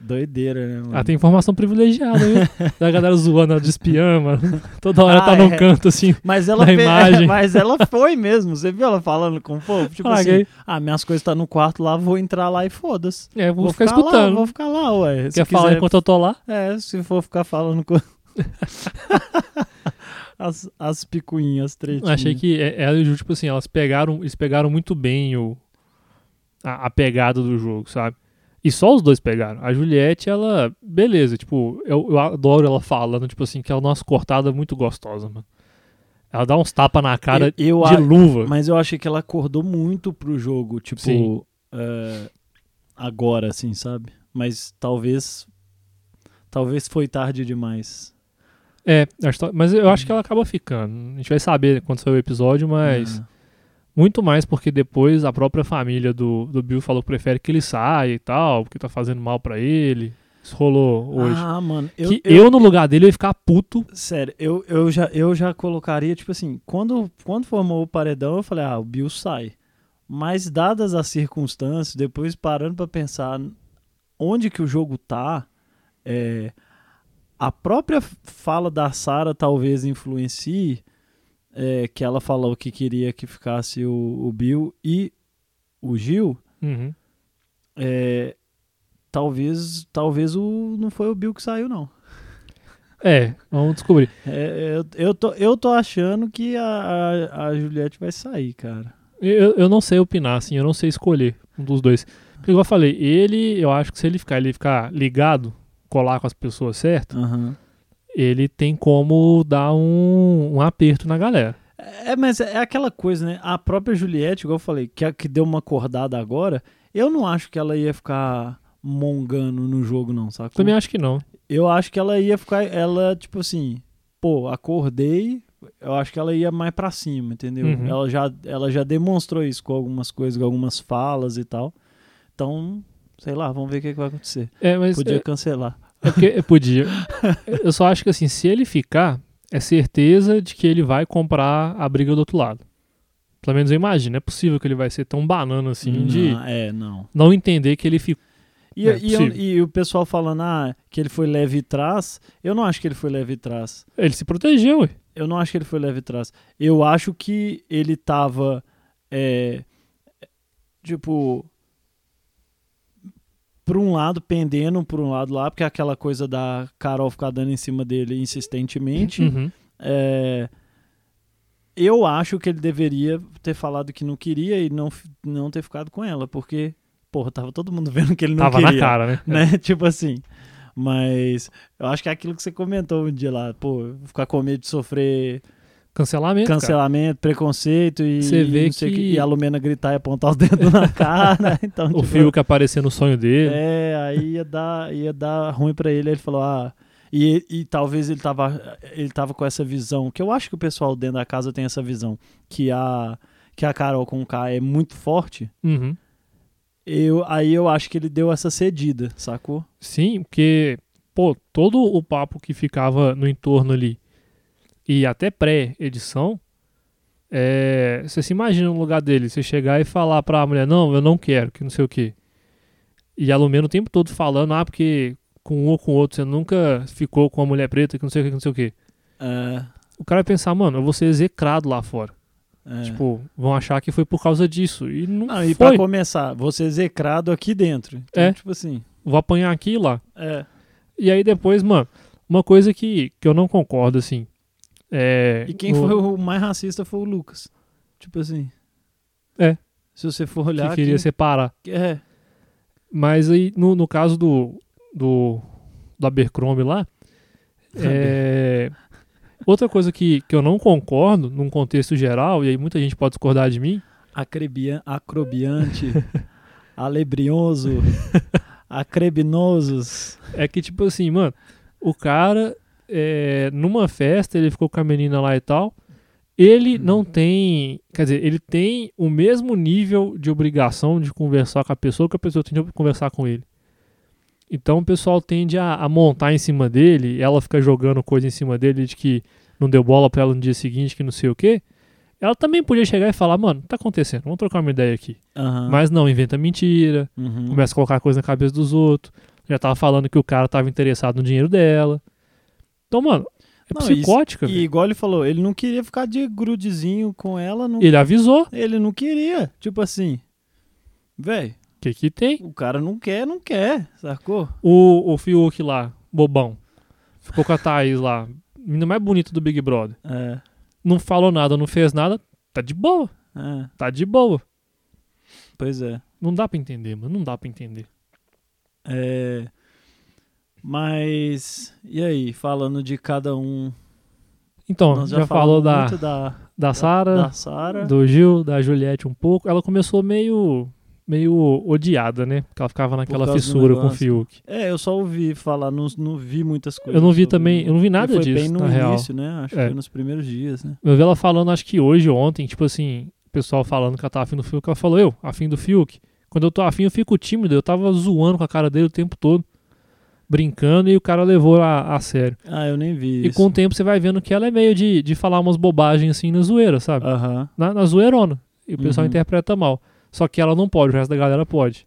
Doideira, né, mano? Ela tem informação privilegiada, viu? da galera zoando ela de espiã, mano. Toda hora tá Ah, num é. canto assim. Mas ela, da fe- imagem. mas ela foi mesmo. Você viu ela falando com o povo? Tipo Larguei. assim, ah, minhas coisas tá no quarto lá, vou entrar lá e foda-se. É, vou, ficar, escutando. Lá, vou ficar lá, ué. Se Quer falar quiser- enquanto eu tô lá? É, se for ficar falando com... as, as picuinhas, as tretinhas. Achei que é- ela e o Ju, tipo assim, elas pegaram, eles pegaram muito bem o, a, a pegada do jogo, sabe? E só os dois pegaram. A Juliette, ela, beleza, tipo, eu, eu adoro ela falando, tipo assim, que ela dá umas cortadas muito gostosas, mano. Ela dá uns tapas na cara Eu- eu de a- luva. Mas eu achei que ela acordou muito pro jogo, tipo... Sim. é, agora, assim, sabe? Mas talvez... Talvez foi tarde demais. É, a histó- mas eu acho que ela acaba ficando. A gente vai saber quando sair o episódio, mas Ah. muito mais porque depois a própria família do, do Bill falou que prefere que ele saia e tal, porque tá fazendo mal pra ele. Isso rolou hoje. Ah, mano. Eu, Que eu- eu, no lugar dele, eu ia ficar puto. Sério, eu, eu, já, eu já colocaria, tipo assim, quando, quando formou o paredão, eu falei, ah, o Bill sai. Mas dadas as circunstâncias, depois parando pra pensar onde que o jogo tá, é, a própria fala da Sara talvez influencie é, que ela falou que queria que ficasse o, o Bill e o Gil. Uhum. É, talvez talvez o não foi o Bill que saiu não. É, vamos descobrir. É, eu, eu, tô, eu tô achando que a, a, a Juliette vai sair, cara. Eu, eu não sei opinar, assim, eu não sei escolher um dos dois. Porque, igual eu falei, ele, eu acho que se ele ficar, ele ficar ligado, colar com as pessoas certas, Aham. ele tem como dar um, um aperto na galera. É, mas é aquela coisa, né? A própria Juliette, igual eu falei, que, a- que deu uma acordada agora, eu não acho que ela ia ficar mongando no jogo, não, sacou? Também acho que não. Eu acho que ela ia ficar, ela, tipo assim, pô, acordei, eu acho que ela ia mais pra cima, entendeu? Uhum. Ela, já, ela já demonstrou isso com algumas coisas, com algumas falas e tal. Então, sei lá, vamos ver o que, que vai acontecer. É, mas Podia é, cancelar. é porque é, podia. Eu só acho que assim, se ele ficar, é certeza de que ele vai comprar a briga do outro lado. Pelo menos eu imagino, é possível que ele vai ser tão banana assim de Não, é, não. não entender que ele ficou. E, É e eu- possível. e o pessoal falando ah, que ele foi leve e trás, eu não acho que ele foi leve e trás. Ele se protegeu, ué. Eu não acho que ele foi leve e trás. Eu acho que ele tava. é, tipo. Por um lado, pendendo por um lado lá, porque aquela coisa da Carol ficar dando em cima dele insistentemente. Uhum. É, eu acho que ele deveria ter falado que não queria e não, fi- não ter ficado com ela, porque, porra, tava todo mundo vendo que ele não Tava queria na cara, né? né? Tipo assim. Mas eu acho que é aquilo que você comentou um dia lá, pô, ficar com medo de sofrer Cancelamento. cara. cancelamento, preconceito e Você vê não sei o quê, que- e a Lumena gritar e apontar os dedos na cara. Então, O tipo, fio que aparecer no sonho dele. É, aí ia dar, ia dar ruim pra ele, aí ele falou: "Ah, e, e talvez ele tava, ele tava com essa visão, que eu acho que o pessoal dentro da casa tem essa visão, que a que a Carol com K é muito forte. Uhum. Eu, aí eu acho que ele deu essa cedida, sacou? Sim, porque, pô, todo o papo que ficava no entorno ali e até pré-edição, é, você se imagina no lugar dele, você chegar e falar pra mulher, não, eu não quero, que não sei o quê. E a Lumena o tempo todo falando, ah, porque com um ou com outro você nunca ficou com uma mulher preta, que não sei o quê, que não sei o quê. É, O cara vai pensar, mano, eu vou ser execrado lá fora. é. Tipo, vão achar que foi por causa disso. E não, Não, e foi. pra começar, você é execrado aqui dentro. Então, É. tipo assim. Vou apanhar aqui e lá. É. E aí depois, mano, uma coisa que, que eu não concordo, assim. É, E quem o- foi o mais racista foi o Lucas. Tipo assim. É. Se você for olhar. que queria aqui- separar? É. Mas aí, no, no caso do, do, do Abercrombie lá, é, outra coisa que, que eu não concordo, num contexto geral, e aí muita gente pode discordar de mim, Acrebia, acrobiante. alebrioso. acrebinosos. é que, tipo assim, mano, o cara, é, numa festa, ele ficou com a menina lá e tal. Ele não tem. Quer dizer, ele tem o mesmo nível de obrigação de conversar com a pessoa que a pessoa tem de conversar com ele. Então o pessoal tende a, a montar em cima dele, ela fica jogando coisa em cima dele de que não deu bola pra ela no dia seguinte, que não sei o quê. Ela também podia chegar e falar, mano, tá acontecendo, vamos trocar uma ideia aqui. Aham. Mas não, inventa mentira Uhum. começa a colocar coisa na cabeça dos outros. Já tava falando que o cara tava interessado no dinheiro dela. Então, mano, é Não, psicótica, E velho. igual ele falou, ele não queria ficar de grudezinho com ela. Não... Ele avisou. O Ele não queria. Tipo assim. Véi, que que tem? o cara não quer, não quer, sacou? O, o Fiuk lá, bobão, ficou com a Thaís lá, menina mais bonita do Big Brother. É. Não falou nada, não fez nada, tá de boa, É. tá de boa. Pois é. Não dá pra entender, mano, não dá pra entender. É, mas e aí, falando de cada um, Então, nós já, já, falou falamos da, muito da, da Sara, da Sara. do Gil, da Juliette um pouco. Ela começou meio, meio odiada, né? Porque ela ficava naquela causa do fissura com o negócio. Fiuk. É, eu só ouvi falar, não, não vi muitas coisas. Eu não vi sobre- também, eu não vi nada Porque foi disso, bem no na real. início, né? Acho que É. foi nos primeiros dias, né? Eu vi ela falando, acho que hoje ou ontem, tipo assim, o pessoal falando que ela tava afim do Fiuk, ela falou, eu, afim do Fiuk. Quando eu tô afim, eu fico tímido, eu tava zoando com a cara dele o tempo todo, brincando, e o cara levou a, a sério. Ah, eu nem vi E isso. com o tempo você vai vendo que ela é meio de, de falar umas bobagens assim na zoeira, sabe? Aham. Na, na zoeirona. E o pessoal Ah. Uhum. interpreta mal. Só que ela não pode, o resto da galera pode.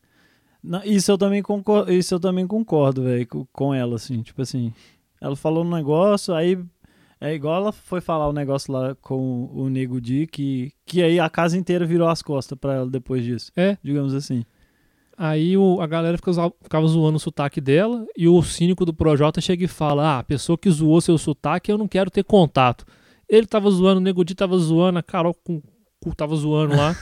Não, Isso eu também concordo, isso eu também concordo, velho, co- com ela assim, tipo assim, Ela falou um negócio, aí é igual ela foi falar o negócio lá com o Nego Di, que, que aí a casa inteira virou as costas pra ela depois disso. É. Digamos assim. Aí o- a galera fica zoa- ficava zoando o sotaque dela e o cínico do Projota chega e fala: Ah, a pessoa que zoou seu sotaque, eu não quero ter contato. Ele tava zoando, o Nego Di tava zoando, a Carol com cu tava zoando lá.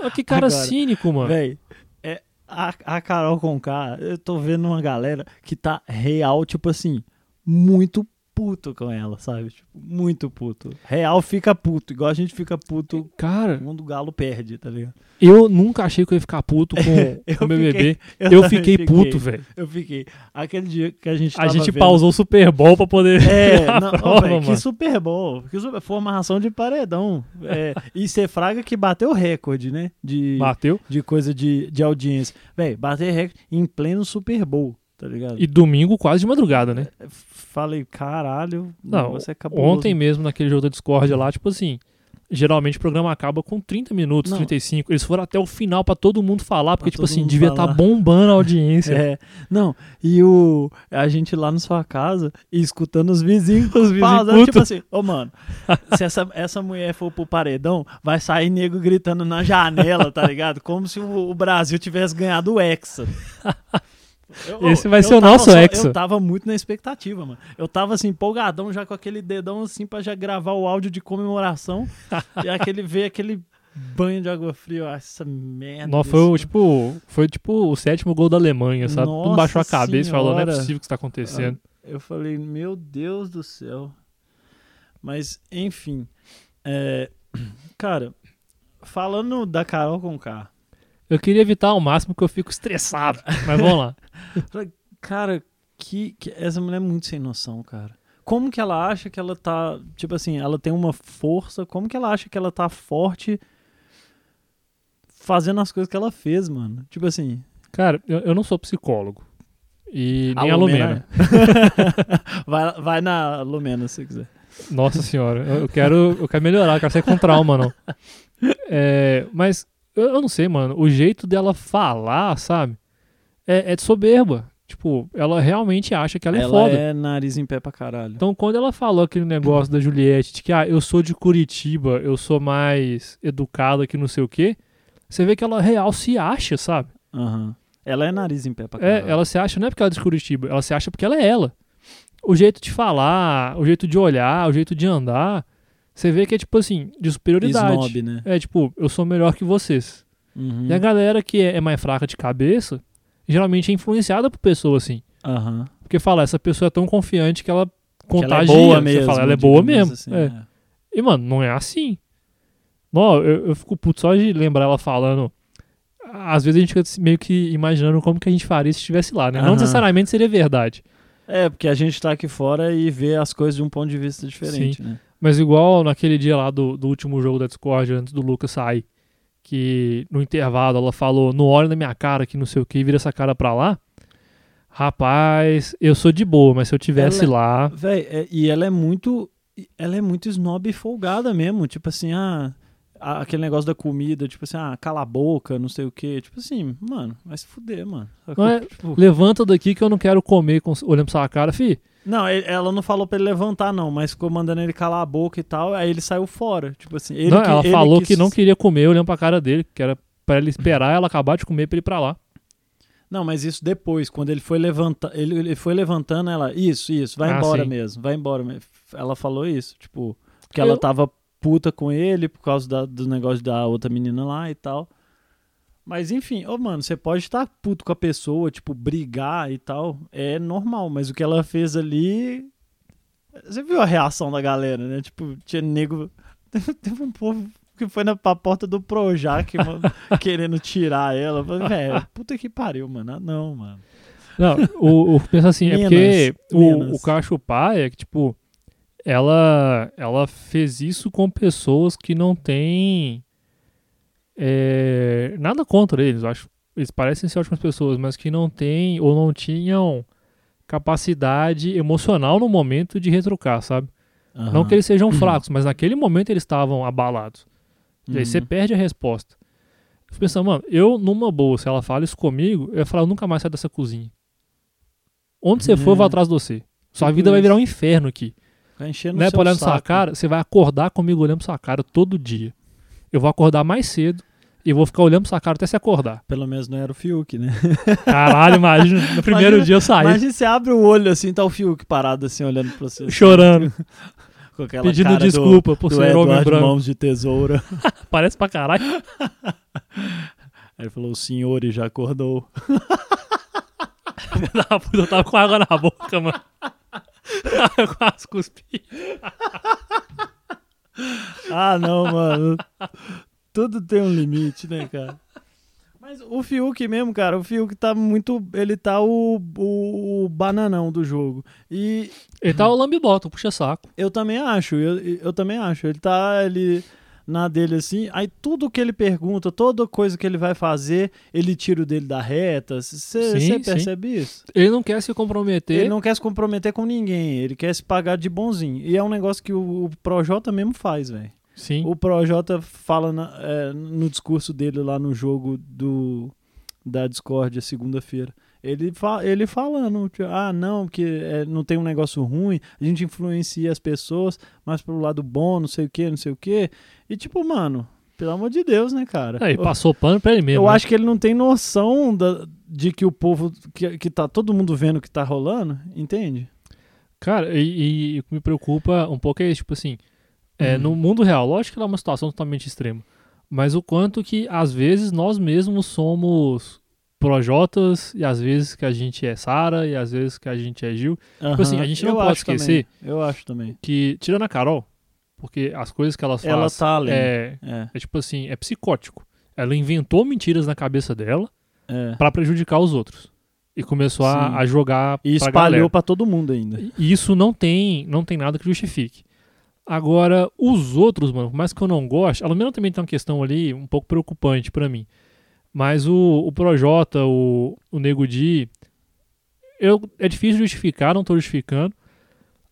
Olha que cara Agora, cínico, mano. Véi, é, a, a Carol Conká, eu tô vendo uma galera que tá real, tipo assim, muito puto com ela, sabe? Tipo, muito puto. Real fica puto, igual a gente fica puto Cara, quando o galo perde, tá ligado? eu nunca achei que eu ia ficar puto com, com o BBB. eu também fiquei puto, velho. Eu fiquei. Aquele dia que a gente A tava gente vendo- pausou o Super Bowl pra poder. É, a não, prova, ô, véi, que mano. Super Bowl. Que super, formação de paredão. É, e ser Fraga que bateu recorde, né? De, Bateu. de coisa de, de audiência. Véi, bater recorde em pleno Super Bowl, tá ligado? E domingo, quase de madrugada, né? Falei, caralho, é Não, você acabou. Ontem mesmo, naquele jogo da Discord lá, tipo assim, geralmente o programa acaba com 30 minutos, Não. 35. Eles foram até o final pra todo mundo falar, Pra porque, tipo todo assim, mundo devia falar. estar bombando a audiência. É, não, e o a gente lá na sua casa e escutando os vizinhos, os vizinhos vizinhos tipo putos. assim, ô mano, se essa, essa mulher for pro paredão, vai sair nego gritando na janela, tá ligado? Como se o, o Brasil tivesse ganhado o Hexa. Eu- Esse vai eu ser o tava nosso só- Hexa. Eu tava muito na expectativa, mano. Eu tava assim, empolgadão já com aquele dedão assim pra já gravar o áudio de comemoração. e aquele ver aquele banho de água fria, ó, essa merda. Não, foi, o, desse- tipo, foi tipo o sétimo gol da Alemanha, sabe? Todo mundo Nossa baixou a cabeça e falou, não é Senhora. possível que isso tá acontecendo. Eu falei, meu Deus do céu. Mas, enfim. é, cara, falando da Carol Conká. Eu queria evitar ao máximo que eu fico estressado. Mas vamos lá. Cara, que, que- essa mulher é muito sem noção, cara. Como que ela acha que ela tá. Tipo assim, ela tem uma força. Como que ela acha que ela tá forte fazendo as coisas que ela fez, mano? Tipo assim. Cara, eu, eu não sou psicólogo. E nem a Lumena. vai, vai na Lumena se quiser. Nossa senhora, eu eu quero, eu quero melhorar, eu quero sair com trauma, não. É, mas eu, eu não sei, mano. O jeito dela falar, sabe? É, é de soberba. Tipo, ela realmente acha que ela é foda. nariz em pé pra caralho. Então, quando ela falou aquele negócio da Juliette, de que, ah, eu sou de Curitiba, eu sou mais educada que não sei o quê, você vê que ela real se acha, sabe? Aham. Ela é nariz em pé pra caralho. É, ela se acha, não é porque ela é de Curitiba, ela se acha porque ela é ela. O jeito de falar, o jeito de olhar, o jeito de andar, você vê que é tipo assim, de superioridade. Snob, né? É tipo, eu sou melhor que vocês. Uhum. E a galera que é é mais fraca de cabeça, geralmente é influenciada por pessoa assim. Aham. Porque fala, essa pessoa é tão confiante que ela Que ela é contagia. boa você mesmo. fala, ela é boa digamos mesmo. assim, é. né? E, mano, não é assim. Não, eu, eu fico puto só de lembrar ela falando. Às vezes a gente fica meio que imaginando como que a gente faria se estivesse lá, né? Não Aham. necessariamente seria verdade. É, porque a gente tá aqui fora e vê as coisas de um ponto de vista diferente, né? Mas igual naquele dia lá do, do último jogo da Discord, antes do Lucas sair, que no intervalo ela falou, não olha na minha cara que não sei o que, vira essa cara pra lá. Rapaz, eu sou de boa, mas se eu tivesse Ela- lá... Véi, é- e ela é muito. Ela é muito snob e folgada mesmo. Tipo assim, ah. a- Aquele negócio da comida, tipo assim, ah, cala a boca, não sei o quê. Tipo assim, mano, vai se fuder, mano. Sacou? Não é- Tipo, Levanta daqui que eu não quero comer com- olhando pra sua cara. Fi, Não, ele- ela não falou pra ele levantar, não, mas ficou mandando ele calar a boca e tal. Aí ele saiu fora. Tipo assim, ele não, que- ela ele falou que quis- não queria comer olhando pra cara dele, que era pra ele esperar ela acabar de comer pra ele ir pra lá. Não, mas isso depois, quando ele foi levantar, ele, ele foi levantando ela, isso, isso, vai Ah, embora sim. mesmo, vai embora mesmo. Ela falou isso, tipo, porque Eu- ela tava puta com ele por causa da- do negócio da outra menina lá e tal. Mas enfim, ô mano, você pode estar puto com a pessoa, tipo, brigar e tal, é normal, mas o que ela fez ali. Você viu a reação da galera, né? Tipo, tinha nego. Teve um povo que foi na pra porta do Projac, mano querendo tirar ela. Eu falei, Velho, puta que pariu, mano. Ah, não, mano. Não, o, o pensa assim, Minas, é porque o, Minas. o cacho pai é que, tipo, ela, ela fez isso com pessoas que não têm é, nada contra eles, eu acho. Eles parecem ser ótimas pessoas, mas que não têm ou não tinham capacidade emocional no momento de retrucar, sabe? Não que eles sejam fracos, mas naquele momento eles estavam abalados. E aí Uhum. você perde a resposta. Eu fico pensando, mano, eu numa boa, se ela fala isso comigo, eu ia falar, eu nunca mais saio dessa cozinha. Onde você for, É. eu vou atrás de você. Sua Tipo vida vai isso. virar um inferno aqui. Vai enchendo Não é o pra seu olhar na um saco. sua cara, você vai acordar comigo olhando pra sua cara todo dia. Eu vou acordar mais cedo e vou ficar olhando pra sua cara até você acordar. Pelo menos não era o Fiuk, né? Caralho, imagina. No primeiro Imagina- dia eu saí Imagina você abre o olho assim, tá o Fiuk parado assim, olhando pra você. assim, chorando, com aquela pedindo cara do- desculpa por do ser homem Eduardo branco. Mãos de Tesoura. Parece pra caralho. Aí ele falou, o senhor e já acordou. Filho da puta, eu tava com água na boca, mano. Eu Quase cuspi. Ah, não, mano. Tudo tem um limite, né, cara? Mas o Fiuk mesmo, cara, o Fiuk tá muito. Ele tá o, o, o bananão do jogo. E Ele tá o lambibota, puxa saco. eu também acho, eu, eu também acho. Ele tá ali na dele assim, aí tudo que ele pergunta, toda coisa que ele vai fazer, ele tira o dele da reta. Sim, Você sim. percebe isso? Ele não quer se comprometer. Ele não quer se comprometer com ninguém, ele quer se pagar de bonzinho. E é um negócio que o, o Projota mesmo faz, velho. Sim. O Projota fala na- é, no discurso dele lá no jogo do da Discord, segunda-feira. Ele, fa ele falando, tipo, ah, não, porque é, não tem um negócio ruim, a gente influencia as pessoas, mas pro lado bom, não sei o que, não sei o que. E tipo, mano, pelo amor de Deus, né, cara? Aí, Eu- É, passou pano pra ele mesmo. eu né? acho que ele não tem noção da- de que o povo, que, que tá todo mundo vendo o que tá rolando, entende? Cara, e, e o que me preocupa um pouco é isso, tipo assim, é, Uhum. no mundo real, lógico que ela é uma situação totalmente extrema, mas o quanto que às vezes nós mesmos somos projotas e às vezes que a gente é Sara e às vezes que a gente é Gil, Aham, assim, a gente não eu pode acho também, esquecer eu acho também. que tirando a Carol, porque as coisas que ela faz Ela tá além. é, É, é tipo assim, é psicótico. Ela inventou mentiras na cabeça dela é. pra prejudicar os outros e começou Sim. a, a jogar E pra espalhou galera. pra todo mundo ainda. E isso não tem, não tem nada que justifique. Agora, os outros, mano, por mais que eu não goste, a Lumena também tem uma questão ali um pouco preocupante pra mim. Mas o, o Projota, o, o Nego Di, eu, é difícil justificar, não tô justificando.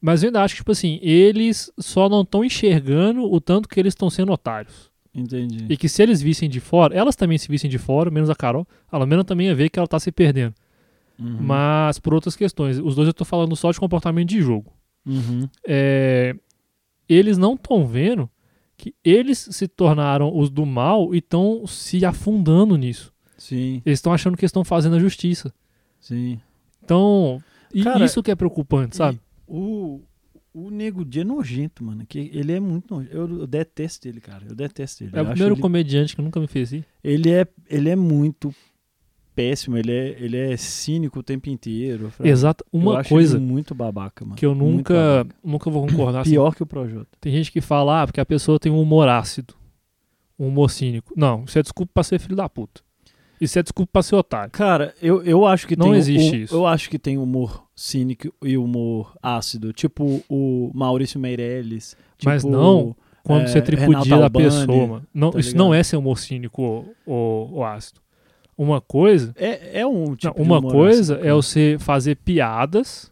Mas eu ainda acho que, tipo assim, eles só não estão enxergando o tanto que eles estão sendo otários. Entendi. E que se eles vissem de fora, elas também se vissem de fora, menos a Carol, a Lumena também ia ver que ela tá se perdendo. Uhum. Mas por outras questões. Os dois eu tô falando só de comportamento de jogo Uhum. é, eles não estão vendo que eles se tornaram os do mal e estão se afundando nisso. Sim, Eles estão achando que estão fazendo a justiça. sim. Então, e Cara, isso que é preocupante, sabe? O, o Nego Dia é nojento, mano. Que ele é muito nojento. Eu, eu detesto ele, cara. Eu detesto ele. é Eu o acho primeiro ele, comediante que nunca me fez rir. ele é Ele é muito péssimo. Ele é, ele é cínico o tempo inteiro. Fra- Exato. eu Uma acho coisa ele muito babaca, mano. que eu Muito nunca, babaca. nunca vou concordar. assim, Pior que o Projota. tem gente que fala ah, porque a pessoa tem um humor ácido, um humor cínico. Não, isso é desculpa pra ser filho da puta. Isso é desculpa pra ser otário. Cara, eu, eu acho que Não tem. o- existe o- isso. Eu acho que tem humor cínico e humor ácido. Tipo o Maurício Meirelles. Mas tipo- não Quando É, você tripudia Renato da Albani, pessoa, mano. Não, tá isso não ligado? é ser humor cínico ou, ou, ou ácido. Uma coisa, É, é um tipo. não, uma coisa é o você fazer piadas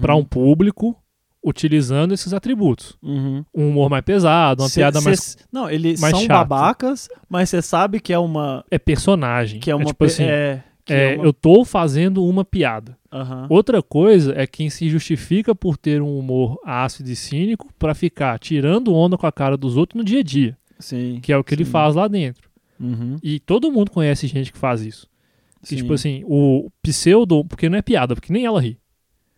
pra um público utilizando esses atributos. Uhum. Um humor mais pesado, uma Cê- piada mais. cês- Não, eles mais são chata. babacas, mas você sabe que é uma. É personagem. Que é uma. tipo pe- assim, é, que é é, uma- eu tô fazendo uma piada. Aham. Outra coisa é quem se justifica por ter um humor ácido e cínico pra ficar tirando onda com a cara dos outros no dia a dia, Sim. que é o que ele Sim. faz lá dentro. Uhum. E todo mundo conhece gente que faz isso. Que, Sim. tipo assim, o pseudo, porque não é piada, porque nem ela ri.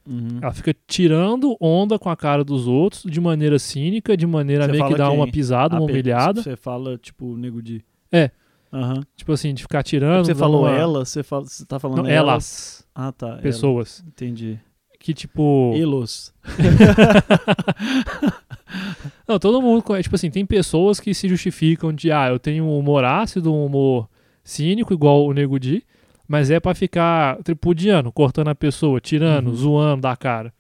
Uhum. Ela fica tirando onda com a cara dos outros de maneira cínica, de maneira Você meio que fala dá quem? uma pisada, uma Ah, pe- humilhada. Você fala, tipo, nego de. É. Aham. Tipo assim, de ficar tirando. Você dando falou uma- ela, você, fala, você tá falando é. Não, ela. elas. Ah, tá. ela. Pessoas. Entendi. Que tipo. Elos. Não, todo mundo. conhece. Tipo assim, tem pessoas que se justificam de, ah, eu tenho um humor ácido, um humor cínico, igual o Nego Di, mas é pra ficar tripudiando, cortando a pessoa, tirando, Uhum. zoando da cara.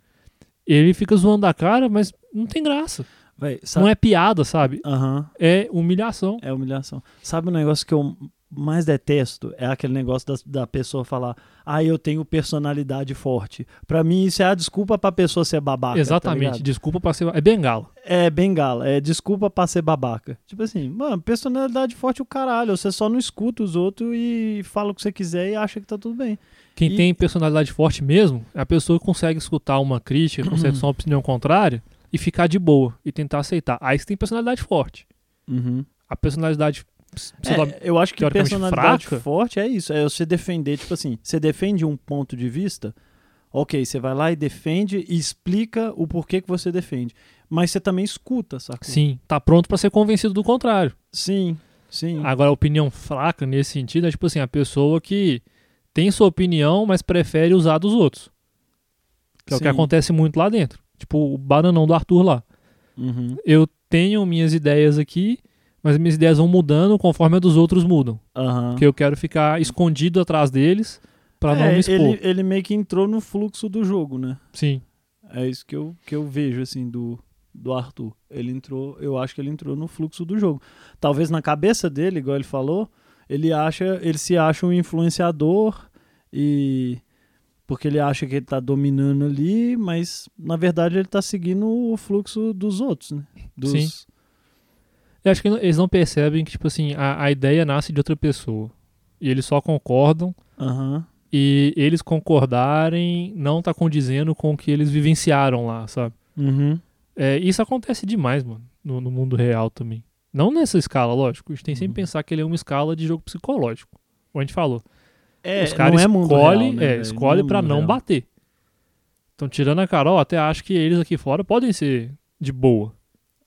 Ele fica zoando da cara, mas não tem graça. Véi, Não sabe. é piada, sabe? Aham. É humilhação. É humilhação. Sabe o negócio que eu mais detesto? É aquele negócio da, da pessoa falar, ah, eu tenho personalidade forte. Pra mim, isso é a desculpa pra pessoa ser babaca. tá Exatamente. ligado? Desculpa pra ser. É bengala. é bengala, é desculpa pra ser babaca. Tipo assim, mano, personalidade forte é o caralho. Você só não escuta os outros e fala o que você quiser e acha que tá tudo bem. Quem E- tem personalidade forte mesmo é a pessoa que consegue escutar uma crítica, consegue só uma opinião contrária e ficar de boa e tentar aceitar. Aí você tem personalidade forte. Uhum. A personalidade. sei lá, É, eu acho que teoricamente personalidade fraca. forte é isso. É você defender, tipo assim, você defende um ponto de vista, ok, você vai lá e defende e explica o porquê que você defende. Mas você também escuta, sacou? Sim, tá pronto pra ser convencido do contrário. Sim, sim. Agora, a opinião fraca nesse sentido é tipo assim: a pessoa que tem sua opinião, mas prefere usar dos outros. Que é o que Sim. acontece muito lá dentro. Tipo, o bananão do Arthur lá. Uhum. Eu tenho minhas ideias aqui, mas minhas ideias vão mudando conforme a dos outros mudam. Aham. Porque eu quero ficar escondido atrás deles é pra não É, me expor. Ele, ele meio que entrou no fluxo do jogo, né? Sim. É isso que eu, que eu vejo, assim, do, do Arthur. Ele entrou, eu acho que ele entrou no fluxo do jogo. Talvez na cabeça dele, igual ele falou, ele acha, ele se acha um influenciador e porque ele acha que ele tá dominando ali, mas na verdade ele tá seguindo o fluxo dos outros, né? Dos, Sim. Eu acho que não- eles não percebem que, tipo assim, a, a ideia nasce de outra pessoa. E eles só concordam. Aham. E eles concordarem não tá condizendo com o que eles vivenciaram lá, sabe? Uhum. É, isso acontece demais, mano, no, no mundo real também. Não nessa escala, lógico. A gente tem sempre que Uhum. pensar que ele é uma escala de jogo psicológico. Como a gente falou. É, Os caras não é mundo escolhem, real, né, é, velho? escolhem é pra mundo não real. bater. Então, tirando a Carol, até acho que eles aqui fora podem ser de boa.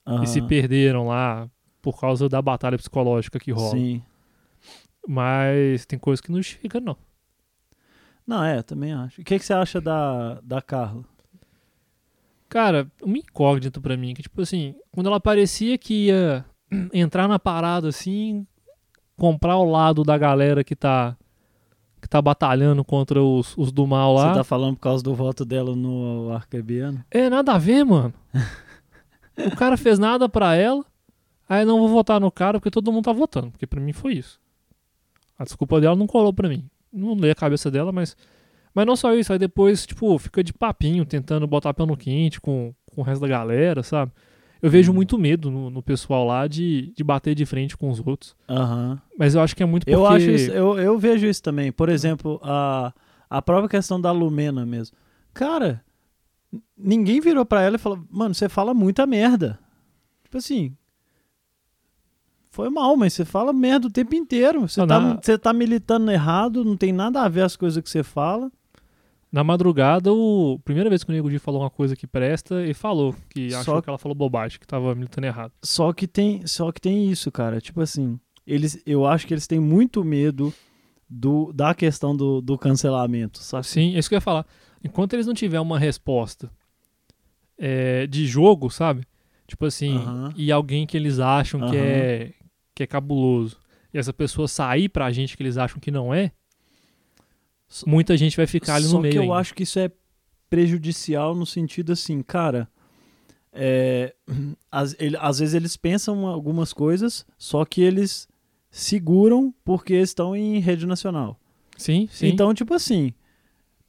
Aham. E se perderam lá por causa da batalha psicológica que rola. Sim. Mas tem coisa que não justifica, não. Não, é, também acho. O que, que você acha da, da Carla? Cara, uma incógnita pra mim, que tipo assim, quando ela parecia que ia entrar na parada assim, comprar o lado da galera que tá que tá batalhando contra os, os do mal lá. Você tá falando por causa do voto dela no arcabiano? É, nada a ver, mano. o cara fez nada pra ela. Aí não vou votar no cara porque todo mundo tá votando. Porque pra mim foi isso. A desculpa dela não colou pra mim. Não leio a cabeça dela, mas. Mas não só isso. Aí depois, tipo, fica de papinho tentando botar pé no quente com, com o resto da galera, sabe? Eu Hum. vejo muito medo no, no pessoal lá de, de bater de frente com os outros. Aham. Mas eu acho que é muito porque. Eu acho isso, eu, eu vejo isso também. Por exemplo, a, a própria questão da Lumena mesmo. Cara, n- ninguém virou pra ela e falou, mano, você fala muita merda. Tipo assim. Foi mal, mas você fala merda o tempo inteiro. Você, Não, tá, na- você tá militando errado, não tem nada a ver as coisas que você fala. Na madrugada, o primeira vez que o Nego Di falou uma coisa que presta, ele falou que Só achou que ela falou bobagem, que tava militando errado. Só que tem, só que tem isso, cara. Tipo assim, eles, eu acho que eles têm muito medo do, da questão do, do cancelamento, sabe? Sim, é isso que eu ia falar. Enquanto eles não tiver uma resposta é, de jogo, sabe? Tipo assim, Aham. e alguém que eles acham que, Aham. é, que é cabuloso, e essa pessoa sair pra gente que eles acham que não é, So- muita gente vai ficar ali Só no meio. que eu ainda. acho que isso é prejudicial no sentido assim, cara. é, às, ele- às vezes eles pensam algumas coisas, só que eles seguram porque estão em rede nacional. Sim, sim. Então, tipo assim,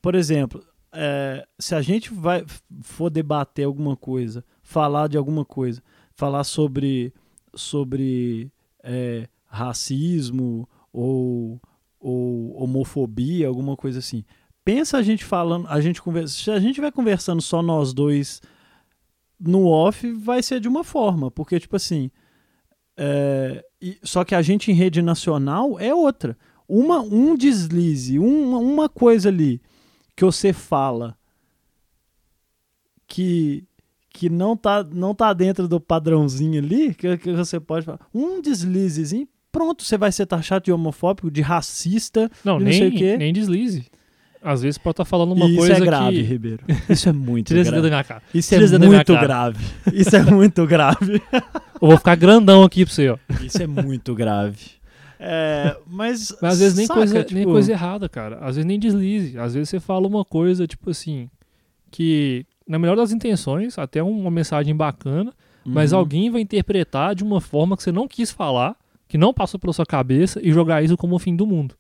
por exemplo, é, se a gente vai for debater alguma coisa, falar de alguma coisa, falar sobre sobre é, racismo ou, ou homofobia, alguma coisa assim. Pensa a gente falando, a gente conversa, se a gente vai conversando só nós dois no off, vai ser de uma forma, porque tipo assim, é, e- só que a gente em rede nacional é outra uma, um deslize, um, uma, uma coisa ali que você fala que, que não, tá, não tá dentro do padrãozinho ali, que, que você pode falar, um deslizezinho, pronto, você vai ser taxado de homofóbico, de racista. não, não nem, sei o quê. nem deslize. Às vezes pode estar falando uma e isso coisa é grave, que. Ribeiro. Isso é muito Tira esse dedo da grave. minha cara. Isso é tira esse dedo da minha muito cara. grave. Isso é muito grave. Eu vou ficar grandão aqui pra você, ó. Isso é muito grave. É, mas, Mas às vezes nem, saca, coisa, nem tipo, coisa é- errada, cara. Às vezes nem deslize. Às vezes você fala uma coisa, tipo assim, que na melhor das intenções, até um- uma mensagem bacana, mas uhum. alguém vai interpretar de uma forma que você não quis falar, que não passou pela sua cabeça e jogar isso como o fim do mundo.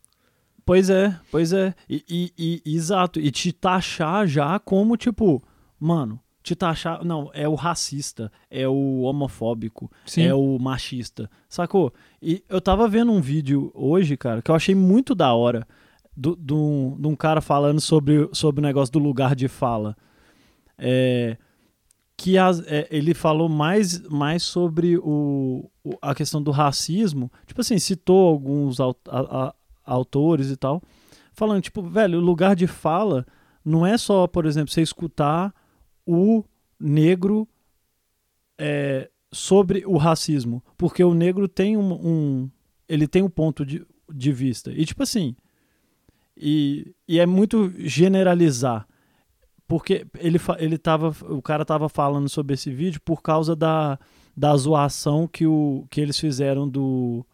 Pois é, pois é. E, e- e- exato. E te taxar já como, tipo, mano, te taxar. Não, é o racista, é o homofóbico, é o machista. Sacou? E eu tava vendo um vídeo hoje, cara, que eu achei muito da hora. do- do um- de um cara falando sobre, sobre o negócio do lugar de fala. É, que as- é, ele falou mais, mais sobre o, o- a questão do racismo. Tipo assim, citou alguns au- a- a- autores e tal. Falando, tipo, velho, o lugar de fala não é só, por exemplo, você escutar o negro é, sobre o racismo. Porque o negro tem um. um- ele tem um ponto de, de vista. E tipo assim. E, e é muito generalizar. Porque ele, fa- ele tava. O cara tava falando sobre esse vídeo por causa da, da zoação que, o, que eles fizeram do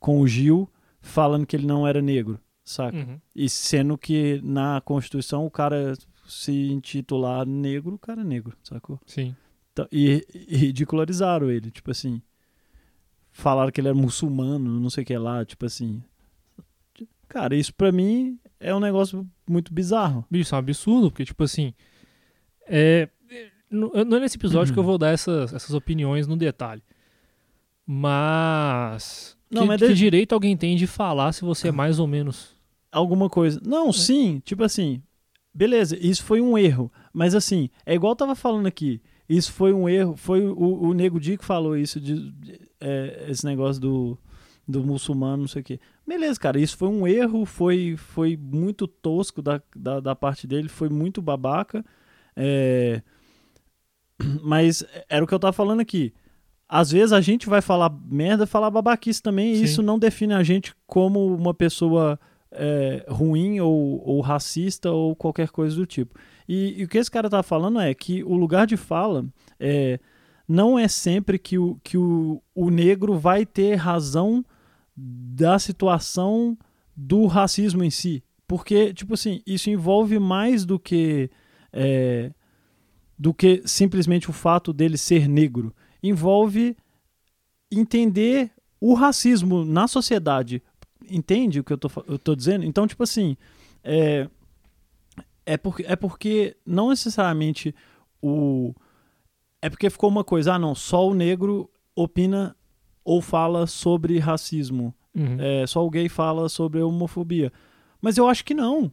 com o Gil falando que ele não era negro, saca? Uhum. E sendo que na Constituição o cara se intitular negro, o cara é negro, sacou? Sim. Então, e, e ridicularizaram ele, tipo assim. Falaram que ele era muçulmano, não sei o que lá, tipo assim. Cara, isso pra mim é um negócio muito bizarro. Bicho, isso é um absurdo, porque, tipo assim. É, é, não eu- não é nesse episódio Uhum. que eu vou dar essas, essas opiniões no detalhe. Mas. Não, que, mas que deixa- Ah. direito alguém tem de falar se você é mais ou menos. Alguma coisa. Não, sim, tipo assim. Beleza, isso foi um erro. Mas assim, é igual eu tava falando aqui. Isso foi um erro. Foi o, o Nego Di que falou isso, de, de- é, esse negócio do, do muçulmano, não sei o quê. Beleza, cara, isso foi um erro, foi, foi muito tosco da, da, da parte dele, foi muito babaca. é, Mas era o que eu tava falando aqui. Às vezes a gente vai falar merda, falar babaquice também, e Sim. isso não define a gente como uma pessoa é, ruim ou, ou racista ou qualquer coisa do tipo. E, e o que esse cara tá falando é que o lugar de fala é, não é sempre que, o, que o, o negro vai ter razão da situação do racismo em si. Porque, tipo assim, isso envolve mais do que. é, do que simplesmente o fato dele ser negro. Envolve entender o racismo na sociedade. Entende o que eu tô, fa- eu tô dizendo? Então, tipo assim. É, é, porque, é porque não necessariamente o. É porque ficou uma coisa, ah, não, só o negro opina ou fala sobre racismo. Uhum. É, só o gay fala sobre a homofobia. Mas eu acho que não.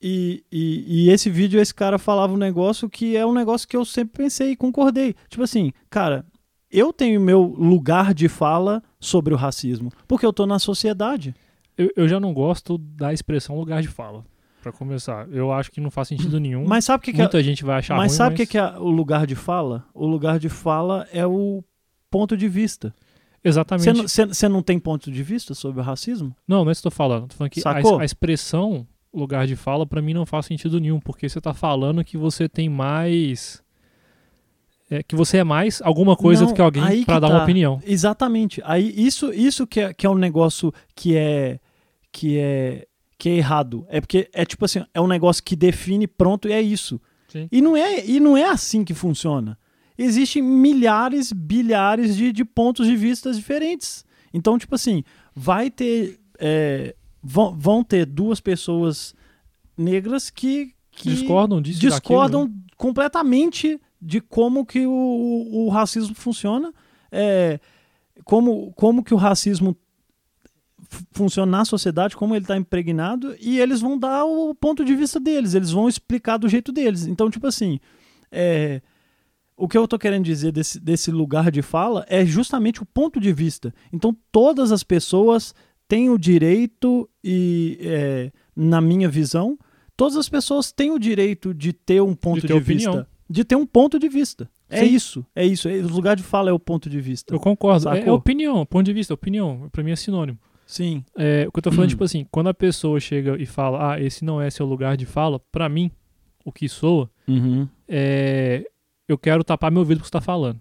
E, e, e esse vídeo, esse cara falava um negócio que é um negócio que eu sempre pensei e concordei. Tipo assim, cara, eu tenho meu lugar de fala sobre o racismo, porque eu tô na sociedade. Eu, eu já não gosto da expressão lugar de fala, pra começar. Eu acho que não faz sentido nenhum. Mas sabe o que, que é, Muita gente vai Hum, achar mas ruim, sabe o mas... que que é o lugar de fala? O lugar de fala é o ponto de vista. Exatamente. é- Você não, você- você não tem ponto de vista sobre o racismo? Não, não é isso que eu tô falando. Tô falando que a, Sacou? a expressão lugar de fala, pra mim, não faz sentido nenhum, porque você tá falando que você tem mais. é, que você é mais alguma coisa Não, do que aí alguém que pra dar uma tá. opinião. Exatamente. Aí isso, isso que, é, que é um negócio que é que é que é errado. É porque é tipo assim, é um negócio que define pronto e é isso. Sim. E não é e não é assim que funciona. Existem milhares, bilhares de, de pontos de vistas diferentes. Então, tipo assim, vai ter é, vão, vão ter duas pessoas negras que, que discordam disso. e discordam completamente de como que o, o- o racismo funciona, é, como, como que o racismo fu- funciona na sociedade, como ele está impregnado, e eles vão dar o ponto de vista deles, eles vão explicar do jeito deles. Então, tipo assim, é, o que eu tô querendo dizer desse, desse lugar de fala é justamente o ponto de vista. Então, todas as pessoas têm o direito e, é, na minha visão, todas as pessoas têm o direito de ter um ponto de, ter opinião. vista. De ter um ponto de vista. É Sim. isso, é isso. é- o lugar de fala é o ponto de vista. Eu concordo. É, é Sacou? opinião, ponto de vista, opinião. Pra mim é sinônimo. Sim. É, o que eu tô falando, Hum. tipo assim, quando a pessoa chega e fala, ah, esse não é seu lugar de fala, pra mim, o que soa Uhum. é. Eu quero tapar meu ouvido pro que você tá falando.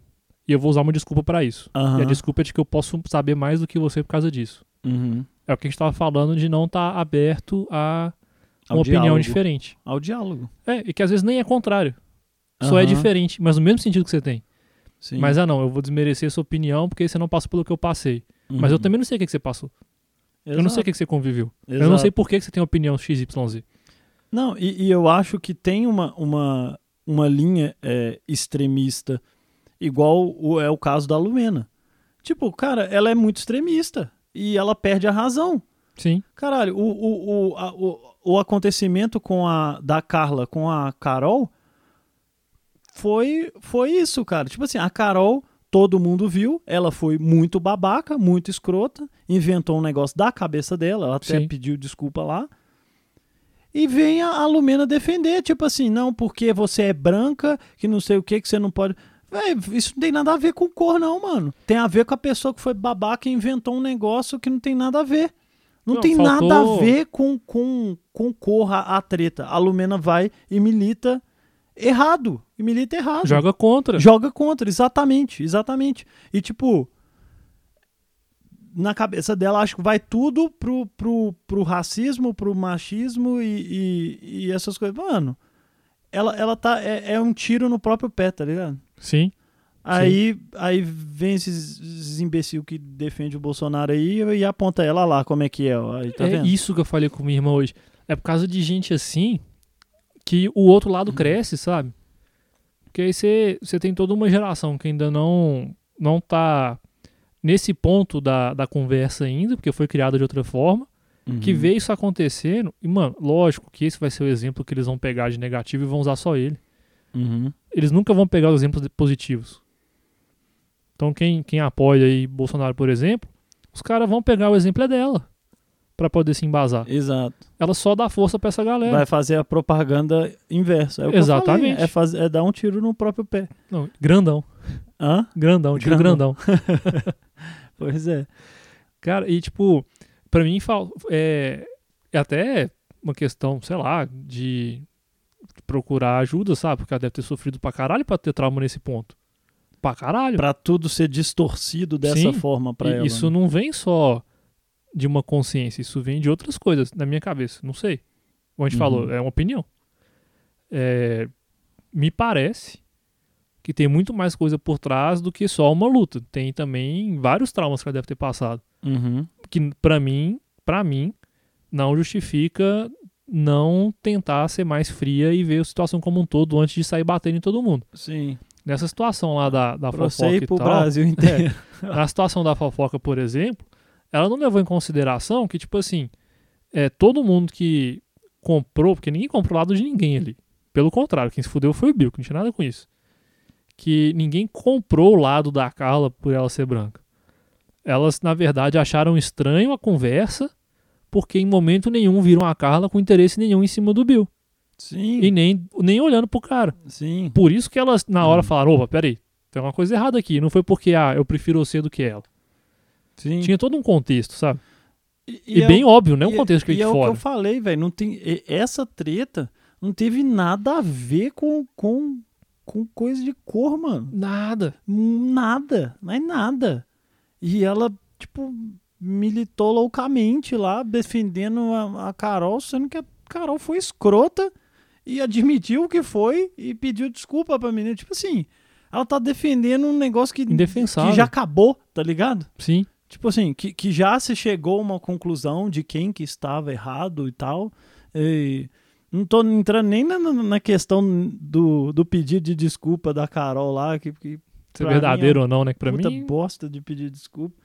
E eu vou usar uma desculpa pra isso. Aham, E a desculpa é de que eu posso saber mais do que você por causa disso. uhum. É o que a gente tava falando de não estar aberto a Ao uma opinião diálogo. diferente. Ao diálogo. É, e que às vezes nem é contrário. Só é Aham, diferente, mas no mesmo sentido que você tem. sim. Mas ah não, eu vou desmerecer sua opinião porque você não passou pelo que eu passei. Mas eu Uhum. também não sei o que, que você passou. Eu não sei o Exato, que, que você conviveu. Eu não exato. sei por que, que você tem opinião XYZ. Não, e, e eu acho que tem uma, uma, uma linha é, extremista, igual o- é o caso da Lumena. Tipo, cara, ela é muito extremista e ela perde a razão. Sim. Caralho, o, o, o, a- o, o acontecimento com a da Carla com a Carol foi, foi isso, cara. Tipo assim, a Carol, todo mundo viu, ela foi muito babaca, muito escrota, inventou um negócio da cabeça dela, ela até Sim. pediu desculpa lá. E vem a, a Lumena defender, tipo assim, não, porque você é branca, que não sei o que, que você não pode. Véi, isso não tem nada a ver com cor, não, mano. Tem a ver com a pessoa que foi babaca e inventou um negócio que não tem nada a ver. Não, Não, tem faltou- nada a ver com, com, com cor a, a treta. A Lumena vai e milita errado. E milita errado. Joga contra. Joga contra, exatamente, exatamente. E tipo, na cabeça dela, acho que vai tudo pro, pro, pro racismo, pro machismo e, e, e essas coisas. Mano, ela, ela tá. É, é um tiro no próprio pé, tá ligado? Sim. Aí, aí vem esses, esses imbecil que defende o Bolsonaro aí e aponta ela lá, como é que é. ó, Aí, tá é vendo? isso que eu falei com minha irmã hoje. É por causa de gente assim que o outro lado Hum. cresce, sabe? Porque aí você você tem toda uma geração que ainda não, não tá nesse ponto da, da conversa ainda, porque foi criada de outra forma, Uhum. que vê isso acontecendo. E, mano, lógico que esse vai ser o exemplo que eles vão pegar de negativo e vão usar só ele. Uhum. Eles nunca vão pegar os exemplos de- positivos. Então, quem, quem apoia aí Bolsonaro, por exemplo, os caras vão pegar o exemplo é dela pra poder se embasar Exato. ela só dá força pra essa galera. Vai fazer a propaganda inversa. É o que eu falei, É. Exatamente. é, faz- é dar um tiro no próprio pé. Não, grandão, Hã? grandão, tiro Grandão. grandão. Pois é. Cara, e tipo, pra mim fal- é, é até uma questão, sei lá, de procurar ajuda, sabe? Porque ela deve ter sofrido pra caralho pra ter trauma nesse ponto. Pra caralho. Pra tudo ser distorcido dessa Sim, forma pra E ela. isso né? não vem só de uma consciência, isso vem de outras coisas, na minha cabeça, não sei. Como a gente Uhum. falou, é uma opinião. É, me parece que tem muito mais coisa por trás do que só uma luta. Tem também vários traumas que ela deve ter passado, Uhum. que pra mim, para mim, não justifica não tentar ser mais fria e ver a situação como um todo antes de sair batendo em todo mundo. Sim. Nessa situação lá da, da Pra fofoca você e ir pro tal, É. Brasil inteiro. na situação da fofoca, por exemplo, ela não levou em consideração que, tipo assim, é, todo mundo que comprou, porque ninguém comprou lado de ninguém ali. Pelo contrário, quem se fudeu foi o Bill, que não tinha nada com isso. Que ninguém comprou o lado da Carla por ela ser branca. Elas, na verdade, acharam estranho a conversa, porque em momento nenhum viram a Carla com interesse nenhum em cima do Bill. Sim. E nem, nem olhando pro cara. Sim. Por isso que elas na hora Hum. falaram, opa, peraí, tem uma coisa errada aqui. Não foi porque, ah, eu prefiro você do que ela. Sim. Tinha todo um contexto, sabe? E, E, é o- bem óbvio, não é um e- contexto que e vem de é o fora. que eu falei, velho. Não tem e- essa treta não teve nada a ver com com com coisa de cor, mano. Nada. Nada, mas nada. E ela tipo militou loucamente lá defendendo a, a Carol, sendo que a Carol foi escrota e admitiu que foi e pediu desculpa pra menina. Tipo assim, ela tá defendendo um negócio que, Indefensável. que já acabou, tá ligado? Sim. Tipo assim, que, que já se chegou a uma conclusão de quem que estava errado e tal. E não tô entrando nem na, na- na questão do, do pedido de desculpa da Carol lá, que, que Se Pra é mim, verdadeiro ou não, né? Que Pra puta mim, bosta de pedir desculpa.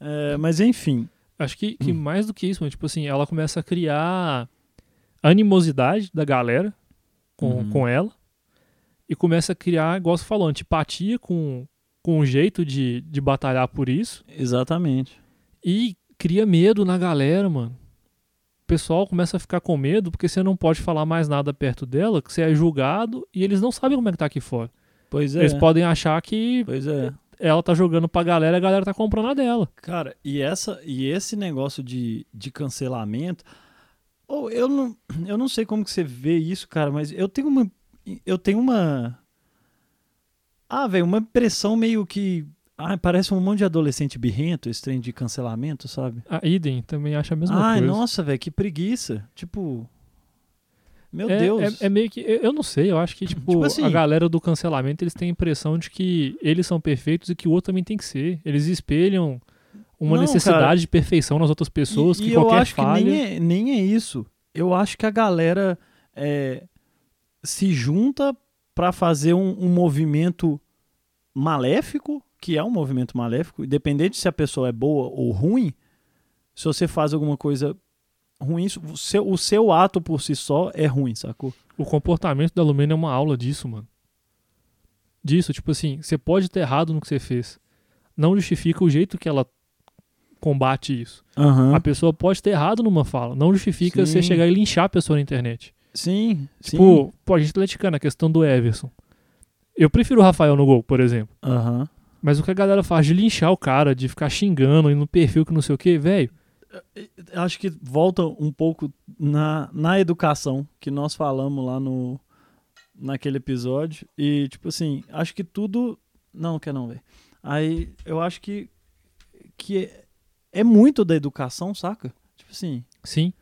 É, mas enfim. acho que, que mais do que isso, mano, tipo assim, ela começa a criar animosidade da galera com, Uhum. com ela e começa a criar, igual você falou, antipatia com, com o jeito de, de batalhar por isso. Exatamente. E cria medo na galera, mano. O pessoal começa a ficar com medo porque você não pode falar mais nada perto dela, que você é julgado e eles não sabem como é que tá aqui fora. Pois é. Eles podem achar que Pois é. ela tá jogando pra galera e a galera tá comprando a dela. Cara, e, essa, e esse negócio de, de cancelamento. ou eu, não, eu não sei como que você vê isso, cara, mas eu tenho uma. Eu tenho uma. Ah, velho, uma impressão meio que. Ah, parece um monte de adolescente birrento, esse trem de cancelamento, sabe? A Idem também acha a mesma Ai, coisa. nossa, velho, que preguiça. Tipo. Meu é, Deus. É, é meio que. Eu eu não sei, eu acho que, tipo, Tipo assim- a galera do cancelamento, eles têm a impressão de que eles são perfeitos e que o outro também tem que ser. Eles espelham uma Não, necessidade cara. de perfeição nas outras pessoas, E, que e eu qualquer acho falha. que nem é, nem é isso. Eu acho que a galera é, se junta pra fazer um, um movimento maléfico, que é um movimento maléfico, independente se a pessoa é boa ou ruim, se você faz alguma coisa ruim, o seu, o seu ato por si só é ruim, sacou? O comportamento da Lumena é uma aula disso, mano. Disso, tipo assim, você pode ter errado no que você fez. Não justifica o jeito que ela combate isso. Aham. A pessoa pode ter errado numa fala. Não justifica Sim. você chegar e linchar a pessoa na internet. Sim, sim. Tipo, pô, a gente tá leticando a questão do Everson. Eu prefiro o Rafael no gol, por exemplo. Aham. Mas o que a galera faz de linchar o cara, de ficar xingando e no perfil que não sei o que, velho. acho que volta um pouco na, na educação que nós falamos lá no naquele episódio e tipo assim, acho que tudo não quer não ver. Aí eu acho que que é, é muito da educação, saca? Tipo assim, Sim.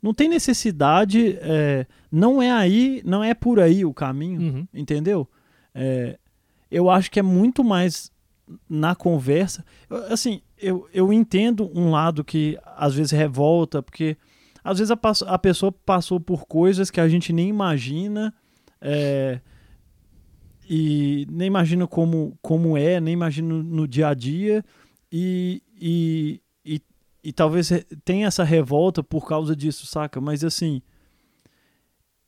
não tem necessidade, é, não é aí, não é por aí o caminho Uhum. entendeu? É, eu acho que é muito mais na conversa. Eu- Assim, eu, eu entendo um lado que às vezes revolta, porque às vezes a, passo- a pessoa passou por coisas que a gente nem imagina, é, e nem imagina como, como é, nem imagina no dia a dia, e, e, e, e talvez re- tenha essa revolta por causa disso, saca? Mas assim,